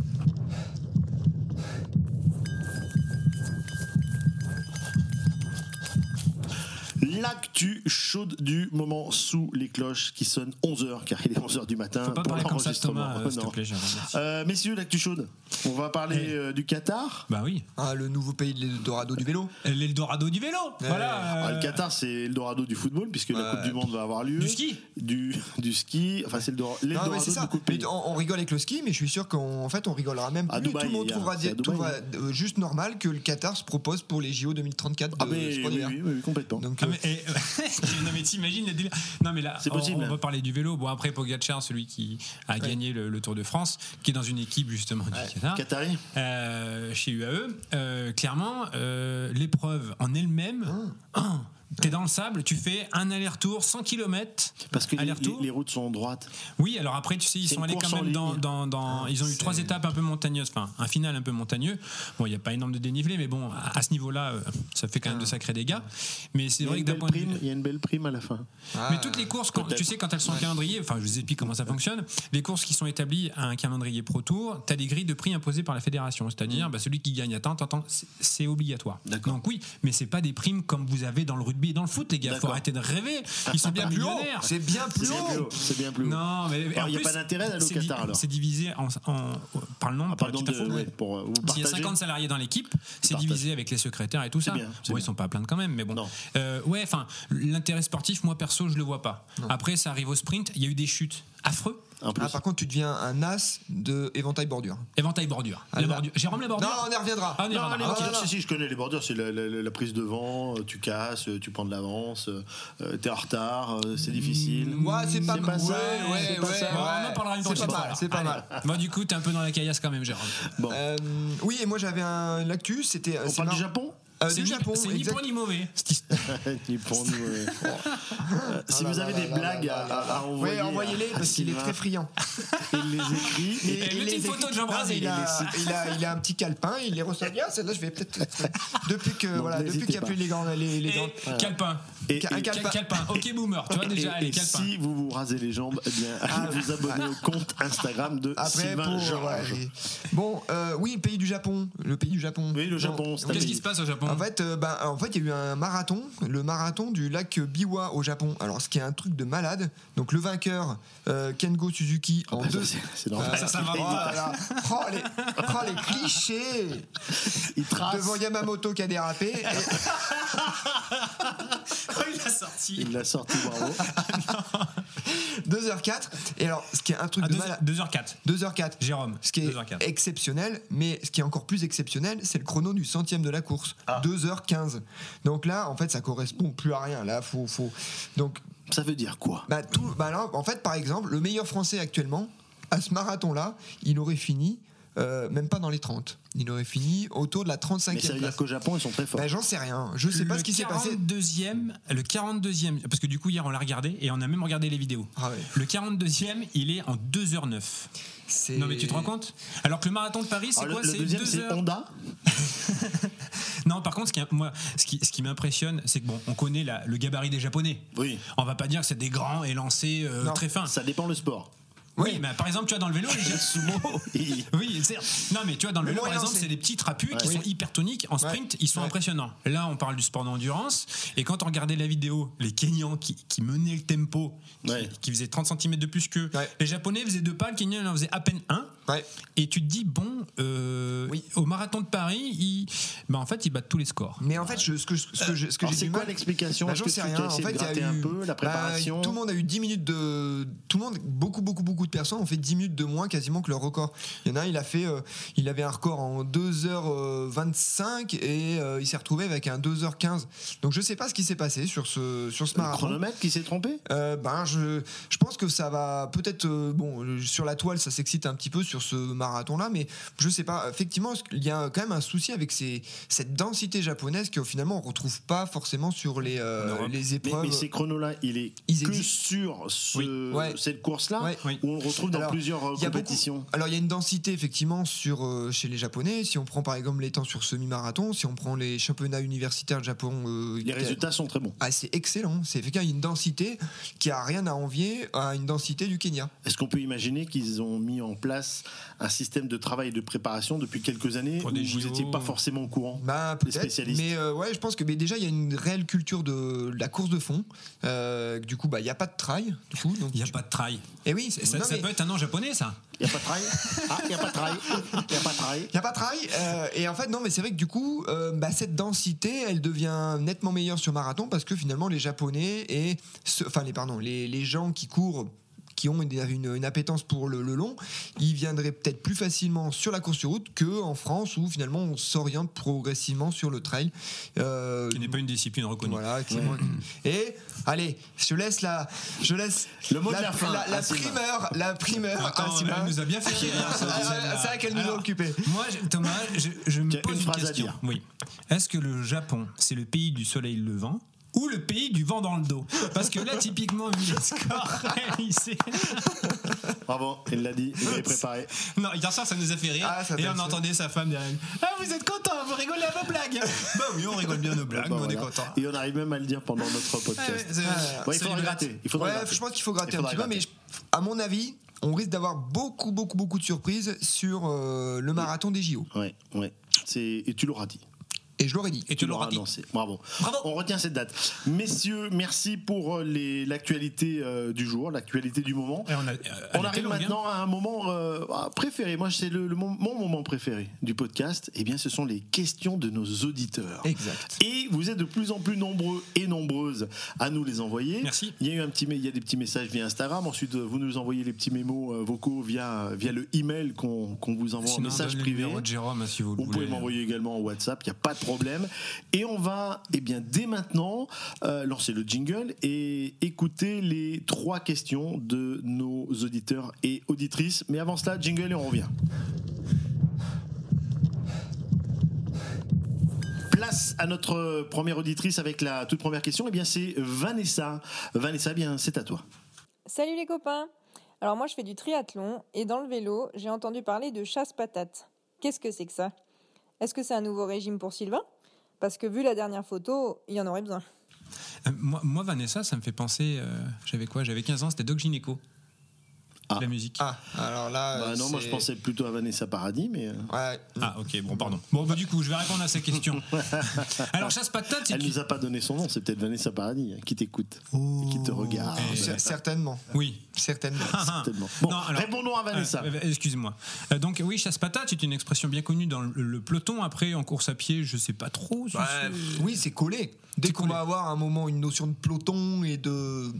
L'actu chaude du moment sous les cloches qui sonnent 11h car il est 11h du matin. Faut pas pour parler comme ça, l'enregistrement. Thomas, euh, s'il te Non. plaît, Jérôme. Merci. Euh, messieurs, l'actu chaude. On va parler Eh. euh, du Qatar. Bah oui. Ah, le nouveau pays de l'Eldorado du vélo. L'Eldorado du vélo. Ouais. Voilà. Ah, euh, le Qatar, c'est Eldorado du football, puisque la ouais. Coupe du Monde va avoir lieu. Du ski Du, du ski. Enfin, c'est l'Eldor- Non, mais l'Eldorado c'est de ça. beaucoup de pays. Mais On, on rigole avec le ski, mais je suis sûr qu'en en fait, on rigolera même À plus. Dubaï, Tout le monde il y a- trouvera, c'est à Dubaï. trouvera, euh, juste normal que le Qatar se propose pour les JO 2034 de Ah, mais oui, sport oui, d'hiver. oui, oui, complètement. Donc, Ah, euh, mais, eh, non mais t'imagines le délire. Non mais là, C'est on- possible. On, va parler du vélo. Bon après Pogacar, celui qui a gagné le, le Tour de France, qui est dans une équipe justement du Qatar, Qatari euh, chez UAE. euh, clairement, euh, l'épreuve en elle-même, Ah. hein, t'es dans le sable, tu fais un aller-retour 100 km. Parce que les, Aller-retour les- les routes sont droites. Oui, alors après, tu sais, ils C'est sont une allés course quand en même dans. ligne. Ah, dans- dans- ils ont eu trois étapes un peu montagneuses, enfin, un final un peu montagneux. Bon, il n'y a pas énorme de dénivelé, mais bon, à, à ce niveau-là, euh, ça fait quand même de sacrés dégâts. Mais c'est Ah. Il y, a vrai une que d'un belle point de prime, vue. il y a une belle prime à la fin. ah, Mais toutes les courses, quand, peut-être. tu sais, quand elles sont en calendrier, enfin, je vous explique comment ça fonctionne. Les courses qui sont établies à un calendrier Pro Tour, tu as des grilles de prix imposées par la fédération. C'est-à-dire, bah, celui qui gagne à tant, tant, tant, c'est- c'est obligatoire. D'accord. Donc oui, mais c'est pas des primes comme vous avez dans le rugby et dans le foot, les gars. Faut D'accord. arrêter de rêver. Ils sont bien plus haut. millionnaires. C'est bien plus C'est bien plus haut. haut. C'est bien plus haut. Non, mais Alors, en il y a plus, pas d'intérêt d'aller au c'est di- Qatar, alors. C'est divisé en, en- par le nombre. Ah, pardon, par- tu de, t'as faux. ouais, pour euh, vous S'il y a partager. 50 salariés dans l'équipe, c'est Partage. divisé avec les secrétaires et tout ça. bien, c'est bon, bien. ils sont pas à plaindre quand même, mais bon. Non. Euh, ouais, enfin, l'intérêt sportif, moi perso, je le vois pas. Après, ça arrive au sprint, il y a eu des chutes affreux. En plus. Ah, par contre, tu deviens un as de éventail bordure. Éventail bordure. Ah, La bah. bordure. Jérôme la bordure. Non, on y reviendra. Ah, on y Non, reviendra. les Ah, bordures, voilà. si, si, je connais les bordures, c'est la, la- la- la prise de vent, euh, tu casses, euh, tu prends de l'avance, euh, t'es en retard, euh, c'est difficile. Mm, Ouais, c'est pas, C'est pas mal. ça, Ouais, ouais, c'est ouais, pas ça. On en parlera une C'est prochaine pas fois, mal, alors. c'est pas Allez. mal. Bon, du coup, t'es un peu dans la caillasse quand même, Jérôme. Bon, Euh, oui, et moi j'avais un l'actu, c'était. euh, on parle du Japon c'est du ni- Japon. c'est ni exact. bon ni mauvais. cette histoire. Ni pour nous, ouais. Euh, si Ah vous là avez là des là là blagues là à, là là. à- à envoyer, euh, euh, Ouais, envoyez-les à- à parce qu'il est Sylvain, très friand. Il les écrit. et- Et mettez les une photo écrit- de Jean Non, Bras, mais il Il a, est- il a- il a un petit calepin, il les reçoit bien. Celle-là, je vais peut-être. Depuis que Donc, voilà, depuis n'hésitez qu'il n'y a pas. plus les gants, les, les Et gants. Calpin. Et- Un et- calepin. Calpin. Ok, boomer. Tu vois déjà, et- allez, et Calpin. si vous vous rasez les jambes, eh bien, vous abonnez au compte Instagram de Ah. Après, Sylvain pour, Georges. ouais, et- bon, euh, oui, pays du Japon, le pays du Japon. Oui, le Non, Japon, c'est un Qu'est-ce qui pays. se passe au Japon marathon. Hein En fait, euh, ben, en fait, il y a eu un marathon, le marathon du lac Biwa au Japon. Alors, ce qui est un truc de malade. Donc, le vainqueur, euh, Kengo Suzuki, en bah, deux. c'est- c'est normal. Ah, Ça, ça va oh vite. là là. Oh, les, oh, les clichés Il trace. Devant Yamamoto qui a dérapé. Et- il a sorti. Il l'a sorti, bravo. 2h04. Et alors, ce qui est un truc Ah, À de malade. 2h04. 2h04. Jérôme, Ce qui est 2h04. exceptionnel, mais ce qui est encore plus exceptionnel, c'est le chrono du centième de la course, Ah. 2h15. Donc là, en fait, ça correspond plus à rien. Là, faut, faut. Donc, Ça veut dire quoi bah, tout, bah là, en fait, par exemple, le meilleur Français actuellement, à ce marathon-là, il aurait fini, euh, même pas dans les 30. Il aurait fini autour de la 35e Mais ça veut dire place. qu'au Japon, ils sont très forts. Bah, J'en sais rien. Je sais pas Le ce qui s'est passé. 42e, le 42e, parce que du coup, hier, on l'a regardé et on a même regardé les vidéos. Ah ouais. Le 42e, il est en 2h09. C'est- Non, mais tu te rends compte Alors que le marathon de Paris, c'est Ah, Alors, quoi le, le C'est deuxième, 2 c'est heures. Honda. Non, par contre, ce qui, moi, ce qui, ce qui m'impressionne, c'est que bon, on connaît la- le gabarit des Japonais. Oui. On va pas dire que c'est des grands et lancés euh, Non, très fins. Ça dépend le sport. Oui, mais par exemple, tu vois, dans le vélo, les Le sumo, il- Oui, c'est- non, mais tu vois, dans le Le vélo, par moyen, exemple, c'est- c'est des petits trapus qui Ouais. sont hyper toniques. En sprint, ils sont Ouais. impressionnants. Là, on parle du sport d'endurance. Et quand on regardait la vidéo, les Kenyans qui, qui menaient le tempo, qui, Ouais. qui faisaient 30 cm de plus qu'eux, Ouais. les Japonais faisaient deux pas, le Kenyan en faisait à peine un. Ouais. Et tu te dis, bon, euh, Oui. au marathon de Paris, ils, bah, en fait, ils battent tous les scores. Mais en fait, je- ce que, ce que, je- ce que Euh, Alors, j'ai c'est du quoi mal- l'explication Bah, Est-ce J'en que sais tu rien. t'as En essayé fait, de il y a gratter eu- un peu la bah, préparation tout le monde a eu 10 minutes de. Tout le monde, beaucoup, beaucoup, beaucoup de personnes ont fait 10 minutes de moins quasiment que leur record. Il y en a un, il a fait. euh, il avait un record en 2h25 et euh, il s'est retrouvé avec un 2h15. Donc je sais pas ce qui s'est passé sur ce, sur ce Le marathon. chronomètre qui s'est trompé Euh, ben je, je pense que ça va peut-être euh, bon euh, sur la toile ça s'excite un petit peu sur ce marathon là mais je sais pas effectivement il y a quand même un souci avec ces, cette densité japonaise que finalement on retrouve pas forcément sur les, euh, En Europe. les mais, épreuves mais ces chronos-là, il est Ils que existent. sur ce- Oui. Ouais. cette course-là Ouais. Oui. où on le retrouve dans Alors, plusieurs euh, Il y a beaucoup- compétitions. Alors il y a une densité effectivement sur euh, chez les Japonais. Si on prend par exemple les temps sur semi-marathon, si on prend les championnats universitaires de Japon, euh, Les résultats sont très bons. Ah, c'est excellent. C'est effectivement il y a une densité qui a rien à envier à une densité du Kenya. Est-ce qu'on peut imaginer qu'ils ont mis en place un système de travail et de préparation depuis quelques années Pour où des vous JO. n'étiez pas forcément au courant Bah, peut-être. spécialistes. Mais euh, ouais, je pense que mais déjà il y a une réelle culture de, de la course de fond. Euh, du coup, bah il y a pas de trail. Du coup, donc. Il n'y a pas de trail. Et oui, c'est- Ça, non, ça mais- peut être un nom japonais, ça. Il n'y a pas de travail Ah, il n'y a pas de travail Il n'y a pas de travail Il n'y a pas de travail. euh, et en fait, non, mais c'est vrai que du coup, euh, bah, cette densité, elle devient nettement meilleure sur marathon parce que finalement, les Japonais et. ce- enfin, les, pardon, les, les gens qui courent qui ont une, une- une appétence pour le, le long, ils viendraient peut-être plus facilement sur la course sur route que en France où finalement on s'oriente progressivement sur le trail. Euh, Qui n'est pas une discipline reconnue. voilà, qui est moins- Et allez, je laisse la, je laisse Le mot de la fin, la, Asima. primeur, la primeur. Attends, Asima. elle nous a bien fait rire. hein, cette Ah, scène-là. bah. c'est vrai qu'elle nous a Alors, occupés. Moi, je- Thomas, je, je me Tu as pose une une, phrase à question. dire. Oui. Est-ce que le Japon, c'est le pays du soleil levant ou le pays du vent dans le dos Parce que là, typiquement, vu les scores réalisés. Bravo, il l'a dit, il est préparé. Non, hier soir, ça nous a fait rire. Ah, ça et t'a on fait. entendait sa femme derrière. lui. Ah, vous êtes content, vous rigolez à vos blagues. bah oui, on rigole bien nos blagues, Bon, Ah, nous, on est Bah voilà. contents. Et on arrive même à le dire pendant notre Ah, ouais, podcast. c'est- Bon, il ça faut lui le gratte. gratter. Il faudra Ouais, le gratter. je pense qu'il faut gratter Il un faudra petit peu, mais gratter. je- à mon avis, on risque d'avoir beaucoup, beaucoup, beaucoup de surprises sur euh, le marathon des JO. Ouais, ouais. C'est- Et tu l'auras dit. Et je l'aurais dit. Et tu l'auras dit. annoncé. Bravo. Bravo. On retient cette date. Messieurs, merci pour euh, les- l'actualité euh, du jour, l'actualité du moment. Et on a- euh, elle On était arrive longue, hein. maintenant à un moment euh, ah, préféré. Moi, c'est le, le mom- mon moment préféré du podcast. Eh bien, ce sont les questions de nos auditeurs. Exact. Et vous êtes de plus en plus nombreux et nombreuses à nous les envoyer. Merci. Il y a eu un petit, il y a des petits messages via Instagram. Ensuite, euh, vous nous envoyez les petits mémos euh, vocaux via via le email qu'on qu'on vous envoie en Sinon, on message donne le privé. numéro de Jérôme, hein, si vous le Vous voulez. pouvez m'envoyer également en WhatsApp, il n'y a pas de problème. Et on va, eh bien, dès maintenant, euh, lancer le jingle et écouter les trois questions de nos auditeurs et auditrices. Mais avant cela, jingle et on revient. Place à notre première auditrice avec la toute première question. Eh bien, c'est Vanessa. Vanessa, eh bien, c'est à toi. Salut les copains Alors moi je fais du triathlon et dans le vélo j'ai entendu parler de chasse patate. Qu'est-ce que c'est que ça Est-ce que c'est un nouveau régime pour Sylvain Parce que vu la dernière photo, il y en aurait besoin. Euh, Moi, moi, Vanessa, ça me fait penser. euh, J'avais quoi J'avais 15 ans, c'était Doc Gynéco. Ah. la musique. Ah, alors là. Bah euh, non, moi je c'est- pensais plutôt à Vanessa Paradis, mais euh, Ouais. Ah, ok, bon, pardon. Bon, bah, du coup, je vais répondre à ces questions. Alors, chasse patate, c'est elle nous a pas donné son nom, c'est peut-être Vanessa Paradis hein, qui t'écoute et qui te regarde. Eh, Cer- Certainement. Oui. Certainement. Certainement. Bon, Non, alors- répondons à Vanessa. Euh, euh, Excuse-moi. Euh, Donc oui, chasse patate, c'est une expression bien connue dans le, le peloton. Après, en course à pied, je sais pas trop. si Ouais, oui, c'est collé. Dès C'est qu'on collé. va avoir à un moment une notion de peloton et de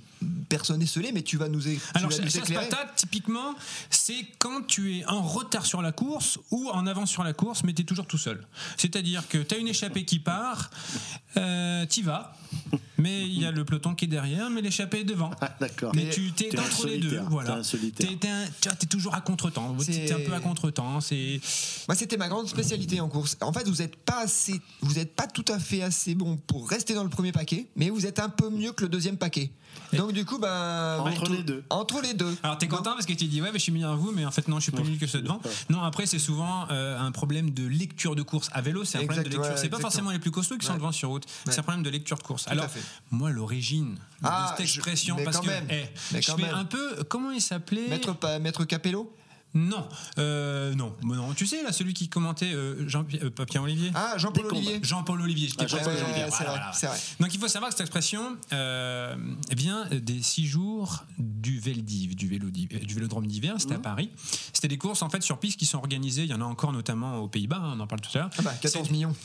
personne esselée, mais tu vas nous, é- tu Alors, vas nous chasse éclairer. patate, typiquement, c'est quand tu es en retard sur la course ou en avance sur la course, mais tu es toujours tout seul. C'est-à-dire que tu as une échappée qui part, euh, t'y vas, mais il y a le peloton qui est derrière, mais l'échappée est devant. Ah, D'accord. Mais tu t'es T'es un entre les deux, solitaire, t'es voilà. un solitaire. T'es- t'es un- tu vois, t'es toujours à contre-temps. C'est- T'es un peu à contre-temps. C'est Moi, c'était ma grande spécialité en course. En fait, vous n'êtes pas assez, vous n'êtes pas tout à fait assez bon pour rester dans le premier paquet, mais vous êtes un peu mieux que le deuxième paquet. Donc du coup, ben Entre les deux. entre les deux. Alors t'es Donc, content parce que tu dis ouais mais je suis meilleur à vous mais en fait non je suis plus nul que ceux devant. Non après c'est souvent euh, un problème de lecture de course à vélo c'est un problème de Exact, lecture ouais, c'est pas exactement. forcément les plus costauds qui sont Ouais. devant sur route c'est Ouais. un problème de lecture de course. Alors fait. moi l'origine Ah, de cette je- expression mais parce quand que même. eh, Mais je quand fais même. un peu comment il s'appelait Maître, pa- Maître Capello non euh, non mais non tu sais là celui qui commentait euh, Jean Papien Olivier Ah, Jean-Paul Décombe. Olivier. Jean-Paul Olivier, j'étais Ah, Jean-Paul presque Ouais, Jean-Pierre, c'est voilà, vrai, voilà. c'est vrai. Donc il faut savoir que cette expression euh, vient des six jours du Veldiv, du, vélo, euh, du vélodrome d'hiver, c'était Mmh. à Paris. C'était des courses en fait sur piste qui sont organisées, il y en a encore notamment aux Pays-Bas, hein, on en parle tout à l'heure. Ah bah, 14 C'est- millions.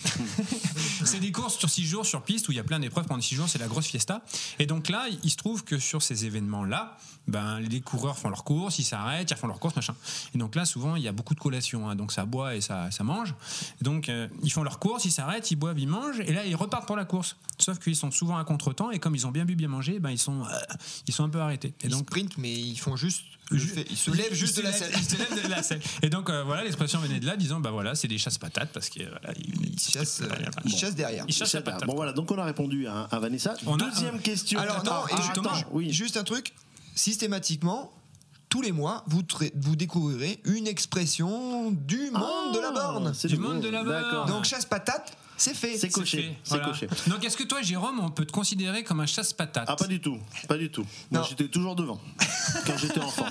c'est des courses sur six jours sur piste où il y a plein d'épreuves pendant six jours, c'est la grosse fiesta. Et donc là, il se trouve que sur ces événements-là, ben, les coureurs font leurs courses, ils s'arrêtent, ils refont leurs courses, machin. Et donc là, souvent, il y a beaucoup de collations, hein. donc ça boit et ça, ça mange. Donc euh, ils font leurs courses, ils s'arrêtent, ils boivent, ils mangent, et là, ils repartent pour la course. Sauf qu'ils sont souvent à contre-temps, et comme ils ont bien bu, bien mangé, ben, ils, sont, euh, ils sont un peu arrêtés. Et Ils donc, sprintent, mais ils font juste. le Ju- fait- ils se lèvent juste se de la lèvent- selle. Ils se lèvent de la selle. Et donc euh, voilà, l'expression venait de là, disant bah voilà, c'est des chasses patates parce que euh, voilà, ils- Ils chassent, euh, ils Bon. chassent derrière. Ils chassent Je sais la pas. patate. Bon voilà, donc on a répondu à, à Vanessa. On a- Deuxième question. Alors non, Ah, et juste- attends, ju- oui. juste un truc, systématiquement, tous les mois, vous, tra- vous découvrirez une expression du monde de la borne. Ah, Oh, C'est Du monde de la borne. D'accord. Donc chasse patate, c'est fait. C'est coché. fait, C'est voilà. coché. Donc est-ce que toi, Jérôme, on peut te considérer comme un chasse-patate Ah, pas du tout, pas du tout. Moi, Non. j'étais toujours devant quand j'étais enfant.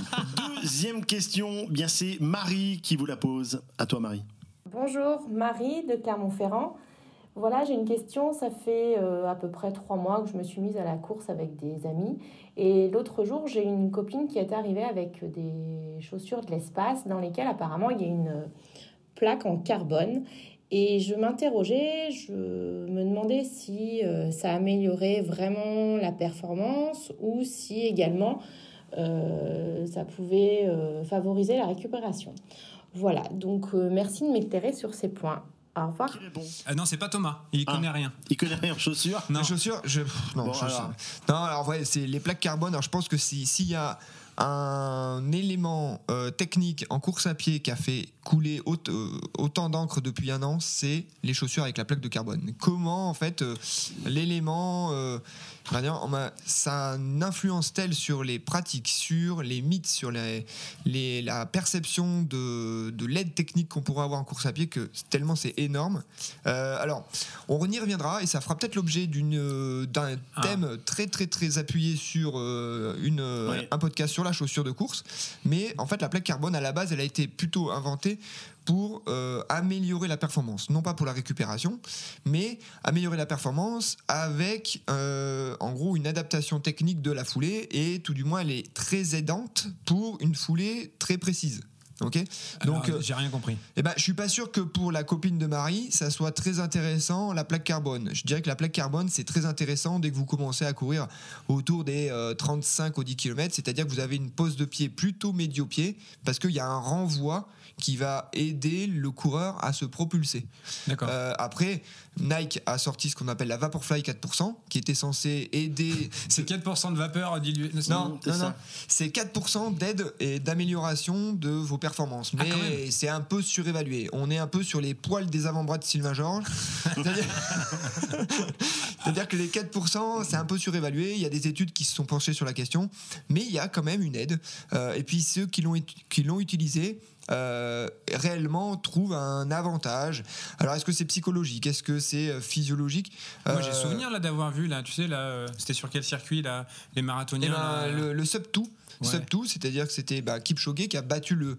Deuxième question, bien c'est Marie qui vous la pose. À toi, Marie. Bonjour, Marie de Clermont-Ferrand. Voilà, j'ai une question. Ça fait euh, à peu près trois mois que je me suis mise à la course avec des amis. Et l'autre jour, j'ai une copine qui est arrivée avec des chaussures de l'espace dans lesquelles apparemment il y a une euh, plaque en carbone. Et je m'interrogeais, je me demandais si euh, ça améliorait vraiment la performance ou si également euh, ça pouvait euh, favoriser la récupération. Voilà, donc euh, merci de m'éclairer sur ces points. Au revoir. Qui répond Ah non, c'est pas Thomas. Il Ah. connaît rien. Il connaît rien en chaussures. Non. Les chaussures, je. pff, Non, Bon, chaussures. alors. non, alors ouais, c'est les plaques carbone. Alors je pense que si- s'il y a un élément euh, technique en course à pied qui a fait couler aut- euh, autant d'encre depuis un an, c'est les chaussures avec la plaque de carbone. Comment en fait euh, l'élément, euh, je veux dire, on m'a- ça influence t elle sur les pratiques, sur les mythes, sur les, les- la perception de, de l'aide technique qu'on pourrait avoir en course à pied que tellement c'est énorme. Euh, alors on y reviendra et ça fera peut-être l'objet d'une euh, d'un Ah. thème très très très appuyé sur euh, une euh, Ouais. un podcast sur la chaussure de course. Mais en fait, la plaque carbone à la base, elle a été plutôt inventée pour euh, améliorer la performance, non pas pour la récupération, mais améliorer la performance avec euh, en gros une adaptation technique de la foulée et tout du moins elle est très aidante pour une foulée très précise. Ok. Donc Donc, euh, Ah, j'ai rien compris. eh ben, je suis pas sûr que pour la copine de Marie, ça soit très intéressant la plaque carbone. Je dirais que la plaque carbone, c'est très intéressant dès que vous commencez à courir autour des euh, 35 ou 10 km, c'est-à-dire que vous avez une pose de pied plutôt médio-pied, parce qu'il y a un renvoi qui va aider le coureur à se propulser. D'accord. Euh, après, Nike a sorti ce qu'on appelle la Vaporfly 4%, qui était censée aider... c'est 4% de vapeur diluée. Non, c'est non, ça. non. C'est 4% d'aide et d'amélioration de vos performances. Ah, quand même. Mais c'est un peu surévalué. On est un peu sur les poils des avant-bras de Sylvain Georges. C'est-à-dire- C'est-à-dire que les 4%, c'est un peu surévalué. Il y a des études qui se sont penchées sur la question. Mais il y a quand même une aide. Euh, et puis ceux qui l'ont, ut- qui l'ont utilisé, euh, réellement trouve un avantage. Alors est-ce que c'est psychologique Est-ce que c'est euh, physiologique Moi, Euh, j'ai souvenir là d'avoir vu là, tu sais là, euh, c'était sur quel circuit là, les eh marathoniens. ben, là, le, le sub 2, euh, Ouais. sub 2, c'est-à-dire que c'était bah, Kipchoge qui a battu le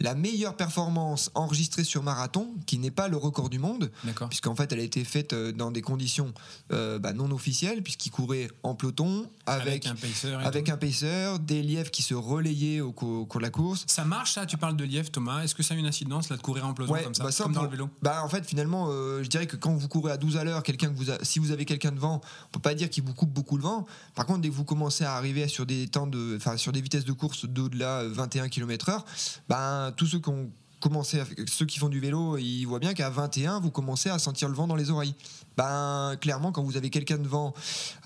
la meilleure performance enregistrée sur marathon, qui n'est pas le record du monde, D'accord. puisqu'en fait elle a été faite euh, dans des conditions euh, bah, non officielles, puisqu'il courait en peloton avec, Avec, un pacer. et avec tout. un pacer, des lièvres qui se relayaient au, co- au cours de la course. Ça marche ça Tu parles de lièvre, Thomas. Est-ce que ça a une incidence là de courir en peloton Ouais, comme ça, bah ça, comme dans pour- le vélo Bah en fait finalement euh, je dirais que quand vous courez à 12 à l'heure, quelqu'un que vous a- si vous avez quelqu'un devant, on peut pas dire qu'il vous coupe beaucoup le vent. Par contre dès que vous commencez à arriver sur des temps de enfin sur des vitesses de course d'au-delà euh, 21 km/h, ben tous ceux qui ont commencé à- ceux qui font du vélo, ils voient bien qu'à 21 vous commencez à sentir le vent dans les oreilles. Ben clairement quand vous avez quelqu'un devant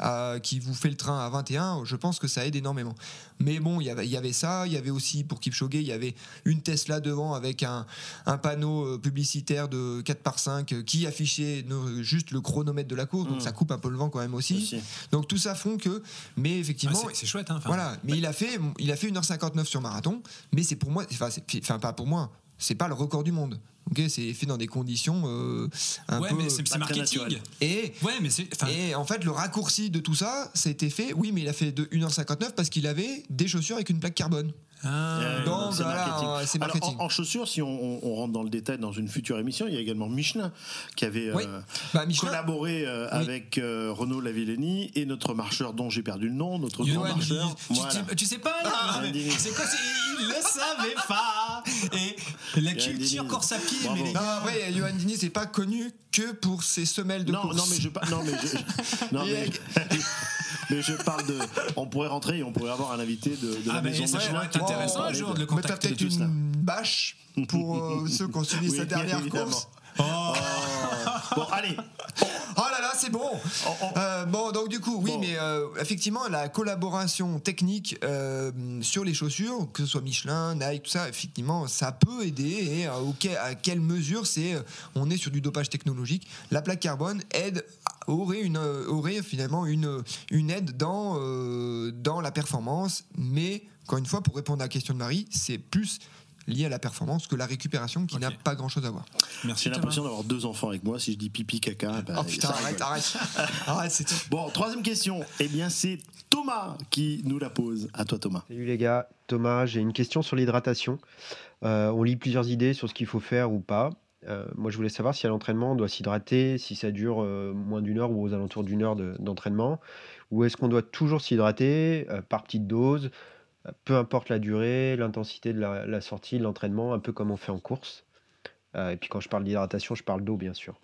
euh, qui vous fait le train à 21, je pense que ça aide énormément. Mais bon, il y avait- il y avait ça, il y avait aussi pour Kipchoge, il y avait une Tesla devant avec un, un panneau euh, publicitaire de 4 par 5 euh, qui affichait ne- juste le chronomètre de la course, donc Mm. ça coupe un peu le vent quand même aussi. Aussi. Donc tout ça font que, mais Ah, effectivement, c'est- C'est chouette. Hein, enfin, voilà, mais il a fait, il a fait 1h59 sur marathon, mais c'est pour moi, enfin, c'est- enfin pas pour moi, c'est pas le record du monde. Ok, c'est fait dans des conditions euh, un Ouais, peu. mais c'est c'est pas très marketing. naturel. Et Ouais, mais c'est. enfin, et en fait, le raccourci de tout ça, ça a été fait, oui, mais il a fait de 1h59 parce qu'il avait des chaussures avec une plaque carbone. ah, Euh, Donc, c'est voilà, marketing. c'est Alors, marketing. en, en chaussures, si on, on- on rentre dans le détail dans une future émission, il y a également Michelin qui avait euh, Oui. Bah, Michelin, collaboré euh, avec euh, Renaud Lavillenie et notre marcheur dont j'ai perdu le nom, notre grand Johan, tu, marcheur. tu- Voilà. Euh, tu sais pas Ah, Yann Yann C'est quoi c'est- Il le savait pas Et la culture Diniz. course à pied, Bravo. Ah, mais les Non, gars. après, Johan Dini, c'est pas connu que pour ses semelles de Non, course. non, mais je, par- non, mais je, non, mais je- mais je parle de. On pourrait rentrer et on pourrait avoir un invité de, de la Ah, mais maison ça Michelin Oh, pourrait être qui pourrait intéressant parler un jour de- de le Mais t'as contacter. peut-être tout une cela. bâche pour euh, ceux qui ont suivi Oui, sa dernière évidemment. course. Oh, Bon, allez, Oh là là, c'est bon on- on- Euh, bon, donc du coup, oui, Bon. mais euh, effectivement, la collaboration technique euh, sur les chaussures, que ce soit Michelin, Nike, tout ça, effectivement, ça peut aider. Et euh, au que- à quelle mesure c'est, euh, on est sur du dopage technologique La plaque carbone aide aurait une euh, aurait finalement une une aide dans euh, dans la performance, mais encore une fois, pour répondre à la question de Marie, c'est plus lié à la performance que la récupération qui Ok. n'a pas grand chose à voir. merci j'ai Thomas. l'impression d'avoir deux enfants avec moi. Si je dis pipi, caca, bah, oh putain, ça rigole. arrête, arrête, arrête, c'est tout. Bon, troisième question. Eh bien, c'est Thomas qui nous la pose. À toi, Thomas. Salut les gars, Thomas, j'ai une question sur l'hydratation. Euh, on lit plusieurs idées sur ce qu'il faut faire ou pas. Euh, moi, je voulais savoir si à l'entraînement on doit s'hydrater, si ça dure euh, moins d'une heure ou aux alentours d'une heure de- d'entraînement, ou est-ce qu'on doit toujours s'hydrater euh, par petites doses, euh, peu importe la durée, l'intensité de la, la sortie, de l'entraînement, un peu comme on fait en course. Euh, et puis quand je parle d'hydratation, je parle d'eau, bien sûr.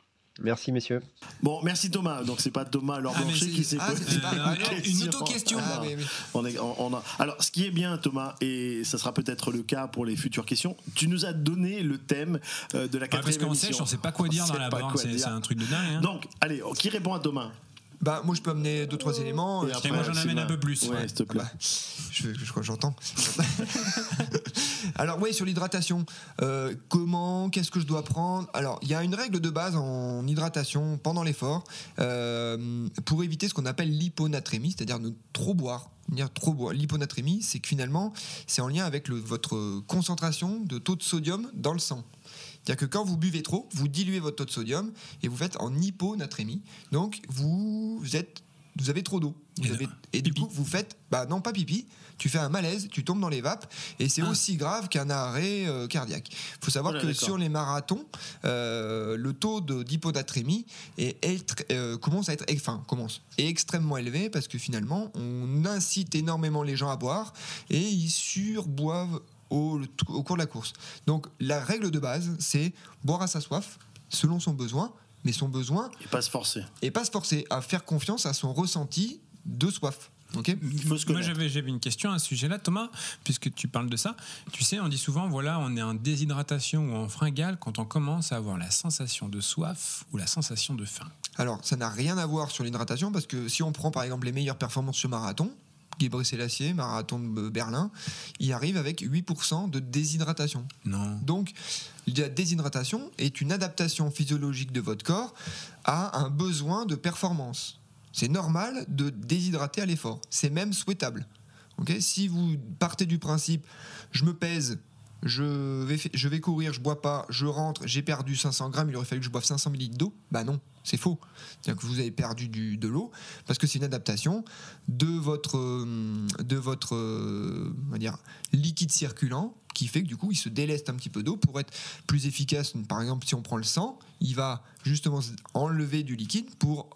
Merci, messieurs. Bon, merci Thomas. Donc, c'est pas Thomas Laure Ah, mais Blanchet c'est- qui s'est ah, posé c'est- la euh, une question. auto-question. Ah, Ah, mais- mais- on est- on- on a- Alors, ce qui est bien, Thomas, et ça sera peut-être le cas pour les futures questions, tu nous as donné le thème euh, de la Ouais, parce quatrième qu'on émission. sait, on sait pas quoi dire On dans sait la pas borne, quoi c'est dire. c'est un truc de dingue. hein. Donc, allez, oh, qui répond à Thomas Bah, moi, je peux amener deux, trois éléments. Et Euh, après, moi, j'en Sylvain. amène un peu plus, Ouais, ouais. s'il te plaît. Ah Je, je crois que j'entends. Alors, oui, sur l'hydratation, euh, comment, qu'est-ce que je dois prendre Alors, il y a une règle de base en hydratation pendant l'effort euh, pour éviter ce qu'on appelle l'hyponatrémie, c'est-à-dire ne trop boire. Dire trop boire. L'hyponatrémie, c'est que finalement, c'est en lien avec le- votre concentration de taux de sodium dans le sang. C'est-à-dire que quand vous buvez trop, vous diluez votre taux de sodium et vous faites en hyponatrémie. Donc, vous êtes, vous avez trop d'eau. Vous Et avez- Et du pipi. coup, vous faites, bah non, pas pipi, tu fais un malaise, tu tombes dans les vapes, et c'est Ah. aussi grave qu'un arrêt euh, cardiaque. Il faut savoir Voilà, que d'accord. sur les marathons, euh, le taux de- d'hypodatrémie est, est tr- euh, commence à être, enfin, commence, est extrêmement élevé parce que finalement, on incite énormément les gens à boire et ils surboivent au, le- au cours de la course. Donc, la règle de base, c'est boire à sa soif selon son besoin, mais son besoin Et pas se forcer. et pas se forcer à faire confiance à son ressenti de soif. Ok faut se Moi, connaître. j'avais j'avais une question à ce sujet-là, Thomas, puisque tu parles de ça. Tu sais, on dit souvent, voilà, on est en déshydratation ou en fringale quand on commence à avoir la sensation de soif ou la sensation de faim. Alors, ça n'a rien à voir sur l'hydratation parce que si on prend par exemple les meilleures performances sur marathon, Guébré Selassie, marathon de Berlin, il arrive avec 8% de déshydratation. Non. Donc, la déshydratation est une adaptation physiologique de votre corps à un besoin de performance. C'est normal de déshydrater à l'effort. C'est même souhaitable. Ok si vous partez du principe, je me pèse, je vais, fa- je vais courir, je bois pas, je rentre, j'ai perdu 500 grammes, il aurait fallu que je boive 500 millilitres d'eau. Bah non, c'est faux. C'est-à-dire que vous avez perdu du, de l'eau parce que c'est une adaptation de votre, euh, de votre euh, on va dire, liquide circulant qui fait que du coup il se déleste un petit peu d'eau pour être plus efficace. Par exemple, si on prend le sang, il va justement s- enlever du liquide pour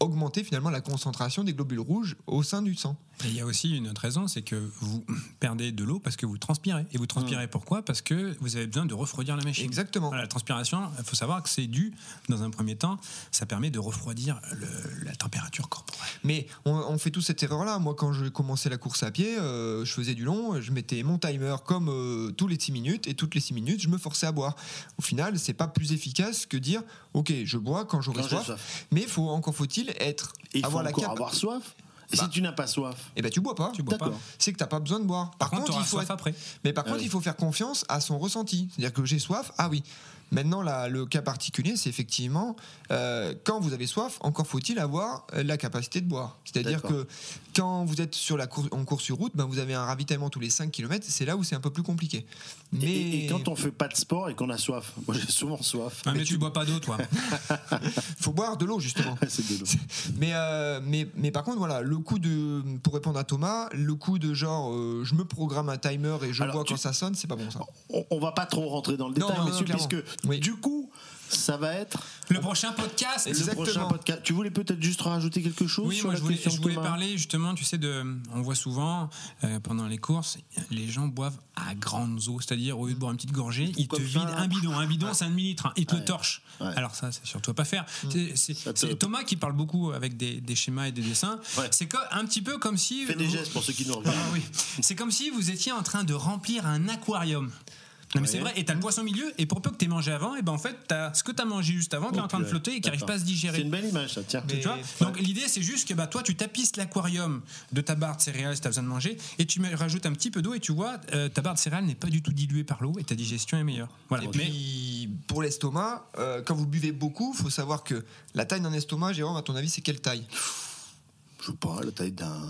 augmenter finalement la concentration des globules rouges au sein du sang. Et il y a aussi une autre raison, c'est que vous perdez de l'eau parce que vous transpirez. Et vous Mmh. transpirez pourquoi Parce que vous avez besoin de refroidir la machine. Exactement. Voilà, la transpiration, il faut savoir que c'est dû, dans un premier temps, ça permet de refroidir le- la température corporelle. Mais on, on fait tous cette erreur-là. Moi, quand je commençais la course à pied, euh, je faisais du long, je mettais mon timer comme euh, tous les 6 minutes, et toutes les 6 minutes, je me forçais à boire. Au final, c'est pas plus efficace que dire, ok, je bois quand j'aurai Quand j'ai soif, soif. mais faut, encore faut-il être, Et il faut avoir la encore cap. avoir soif. Et Bah. si tu n'as pas soif, Et ben tu bois pas. Tu bois pas. D'accord. C'est que t'as pas besoin de boire. Par, contre, tu il auras faut soif être- après. mais par Ah contre, oui. il faut faire confiance à son ressenti. C'est-à-dire que j'ai soif, ah oui. Maintenant, là, le cas particulier, c'est effectivement, euh, quand vous avez soif, encore faut-il avoir euh, la capacité de boire. C'est-à-dire D'accord. que quand vous êtes sur la cour- en course sur route, ben, vous avez un ravitaillement tous les 5 km, c'est là où c'est un peu plus compliqué. Mais et, et- et quand on fait pas de sport et qu'on a soif, moi j'ai souvent soif. Ah, mais, tu bois pas d'eau, toi. faut boire de l'eau, justement. C'est de l'eau. Mais, euh, mais, mais par contre, voilà, le coup de, pour répondre à Thomas, le coup de genre, euh, je me programme un timer et je Alors, bois tu- quand ça sonne, c'est pas bon ça. On, on va pas trop rentrer dans le Non, détail, non, non, messieurs, clairement. puisque Oui. du coup, ça va être Le prochain podcast. Exactement. le prochain podcast. Tu voulais peut-être juste rajouter quelque chose Oui, sur moi la je voulais, question je de voulais Thomas parler justement, tu sais, de, on voit souvent euh, pendant les courses, les gens boivent à grandes eaux, c'est-à-dire au lieu de boire une petite gorgée, ils te Comme ça. vident un bidon, un bidon c'est un demi-litre, hein, ils te le torchent. Ouais. Mm. Alors ça, c'est surtout à pas faire. C'est- c'est- Ça te- c'est Thomas qui parle beaucoup avec des, des schémas et des dessins. Ouais. C'est co- un petit peu comme si... Fais des vous- gestes pour ceux qui nous Ah regardent. oui. C'est comme si vous étiez en train de remplir un aquarium. Non, mais c'est vrai, et t'as le poisson au milieu, et pour peu que t'aies mangé avant, et ben en fait, t'as ce que t'as mangé juste avant qui est en train de Ouais. flotter et qui arrive D'accord. pas à se digérer. C'est une belle image, ça, tiens. Mais- Tu vois Donc l'idée c'est juste que bah, toi tu tapisses l'aquarium de ta barre de céréales si tu as besoin de manger et tu mets- rajoutes un petit peu d'eau et tu vois euh, ta barre de céréales n'est pas du tout diluée par l'eau et ta digestion est meilleure. Voilà. Et Mais puis, pour l'estomac, euh, quand vous buvez beaucoup, faut savoir que la taille d'un estomac, Jérôme, à ton avis, c'est quelle taille Je sais pas, la taille d'un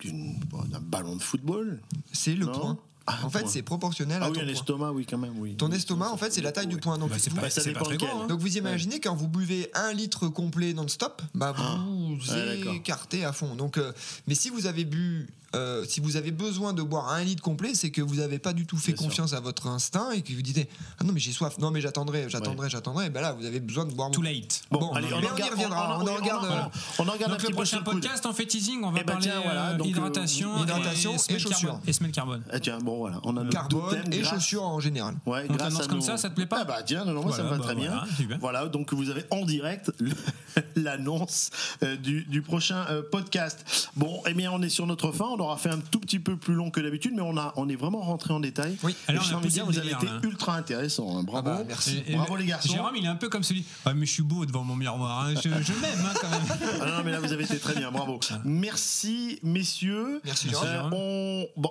d'une- bon, d'un ballon de football. C'est le Non. point. Ah, en le fait, point. c'est proportionnel Ah à oui, ton un point. estomac, oui, quand même, oui. Ton estomac, en fait, c'est la taille du point. Donc, Bah, c'est vous, pas, Bah, ça c'est pas dépend très lequel. gros. hein. donc vous imaginez, quand vous buvez un litre complet non-stop, bah, vous vous Ah, ouais, d'accord. écartez à fond. Donc, euh, mais si vous avez bu, euh, si vous avez besoin de boire un litre complet, c'est que vous n'avez pas du tout fait Bien sûr. confiance à votre instinct et que vous dites Ah non, mais j'ai soif, non, mais j'attendrai, j'attendrai, j'attendrai. Et ben là, vous avez besoin de boire Too beaucoup. late. Bon, Bon, allez, on, mais en on y regarde- reviendra, hein. on en regarde, voilà. On en regarde un Donc petit le peu sur prochain le coude. podcast en fait teasing, on va Eh ben, parler tiens, voilà, euh, donc, euh, hydratation, hydratation et semaine chaussures. carbone- et semaine carbone. Ah, tiens, bon, voilà, on a nos deux Carbone thèmes et grâce- chaussures en général. Ouais, On grâce t'annonce à comme nos- ça, ça te plaît pas Ah bah tiens, non, non, moi Voilà, ça me va bah très bien. voilà, super. Voilà, donc vous avez en direct le- l'annonce euh, du, du prochain euh, podcast. Bon, eh bien, on est sur notre fin. On aura fait un tout petit peu plus long que d'habitude, mais on, a, on est vraiment rentré en détail. Oui, alors Et on j'ai a envie de poussé dire, le vous avez délire, été là. ultra intéressant. hein. Bravo. Ah bah, merci. Et- et- Bravo les garçons. Jérôme, il est un peu comme celui. Ah, mais je suis beau devant mon miroir. hein. Je, je m'aime hein, quand même. Ah non, non, mais là, vous avez été très bien, bravo. Ah. Merci, messieurs. Merci, Euh, Jérôme. Hein on... Bon.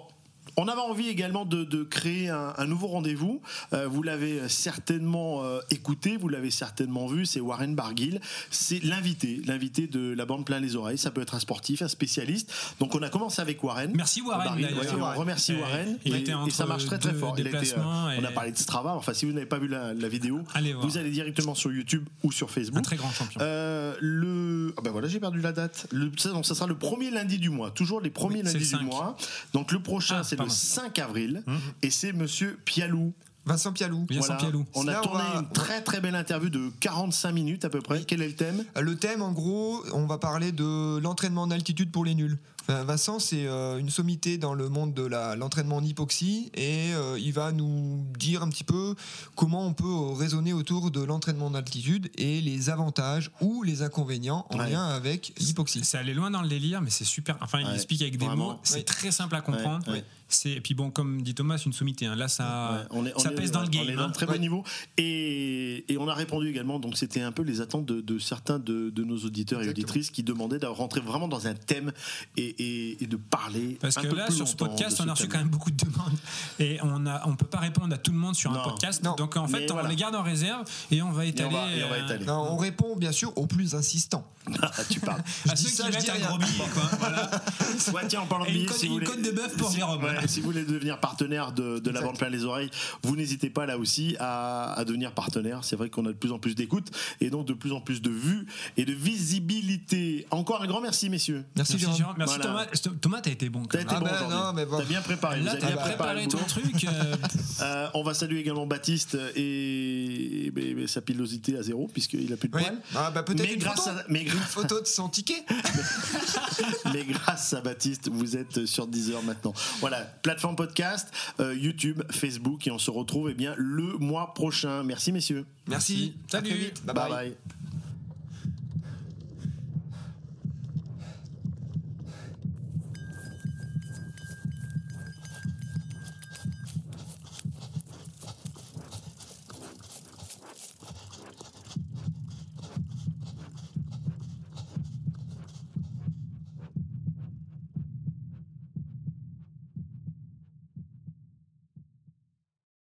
On avait envie également de, de créer un, un nouveau rendez-vous. Euh, vous l'avez certainement euh, écouté, vous l'avez certainement vu, c'est Warren Barguil. C'est l'invité, l'invité de la bande plein les oreilles. Ça peut être un sportif, un spécialiste. Donc on a commencé avec Warren. Merci Warren, Barguil, d'ailleurs. ouais, Merci, on Warren. remercie Euh, Warren. il et, était entre et ça marche très très deux fort. Il a été, euh, déplacements et- On a parlé de Strava. Enfin, si vous n'avez pas vu la, la vidéo, Allez voir. vous allez directement sur YouTube ou sur Un Facebook. très grand champion. Euh, le. Ah ben voilà, j'ai perdu la date. Le... Ça, donc, ça sera le premier lundi du mois. Toujours les premiers c'est lundis du le cinq. mois. Donc le prochain, Ah, c'est le pardon. 5 avril. Et c'est monsieur Pialou. Vincent Pialou. Vincent Pialou. On a Là, on tourné va- une très très belle interview de 45 minutes à peu près. Quel est le thème Le thème, en gros, on va parler de l'entraînement en altitude pour les nuls. Euh, Vincent, c'est euh, une sommité dans le monde de la- l'entraînement en hypoxie et euh, il va nous dire un petit peu comment on peut euh, raisonner autour de l'entraînement en altitude et les avantages ou les inconvénients en Ouais. lien avec l'hypoxie. C'est allé loin dans le délire, mais c'est super. Enfin, il Ouais, explique avec des vraiment. mots. C'est Oui. très simple à comprendre. Ouais, ouais. C'est et puis bon, comme dit Thomas, c'est une sommité. hein. Là, ça, Ouais, on est- on ça est- pèse dans on le est game. dans hein. un très bon niveau. Et, et on a répondu également, donc c'était un peu les attentes de, de certains de, de nos auditeurs et Exactement. auditrices qui demandaient de rentrer vraiment dans un thème et, et- et de parler. Parce un que peu là, plus sur ce longtemps de podcast, ce on a reçu thème. quand même beaucoup de demandes et on a, on peut pas répondre à tout le monde sur Non. un podcast. Non. Donc en fait, Mais on voilà. les garde en réserve et on va Et on étaler. va, et on va euh, étaler. Non, on répond bien sûr aux plus insistants. Ah, tu parles. à dis ceux ça, qui je mettent dis un rien. gros billet, quoi. Voilà. Ouais, tiens, en parlant de Et une billets, côte- si vous voulez- une côte de bœuf pour si- Jérôme. ouais, si vous voulez devenir partenaire de, de la bande plein les oreilles, vous n'hésitez pas là aussi à, à devenir partenaire. C'est vrai qu'on a de plus en plus d'écoute et donc de plus en plus de vues et de visibilité. Encore un grand merci, messieurs. Merci, Jérôme. Jérôme. Merci Voilà. Thomas. Thomas, t'as été bon. quand T'as même. été Ah bon ben, aujourd'hui. non, mais bon. T'as bien préparé. vous Là, avez t'as bien préparé préparé le ton boulot. truc. euh, Euh, on va saluer également Baptiste et, et- et sa pilosité à zéro puisqu'il a plus de Oui. poils. Ah, bah, peut-être Mais une, grâce, photo, à, mais, une gra- photo de son ticket. mais grâce à Baptiste, vous êtes sur Deezer maintenant. Voilà, plateforme podcast, euh, YouTube, Facebook et on se retrouve eh bien, le mois prochain. Merci messieurs. Merci. Salut. À très vite. bye. bye. bye.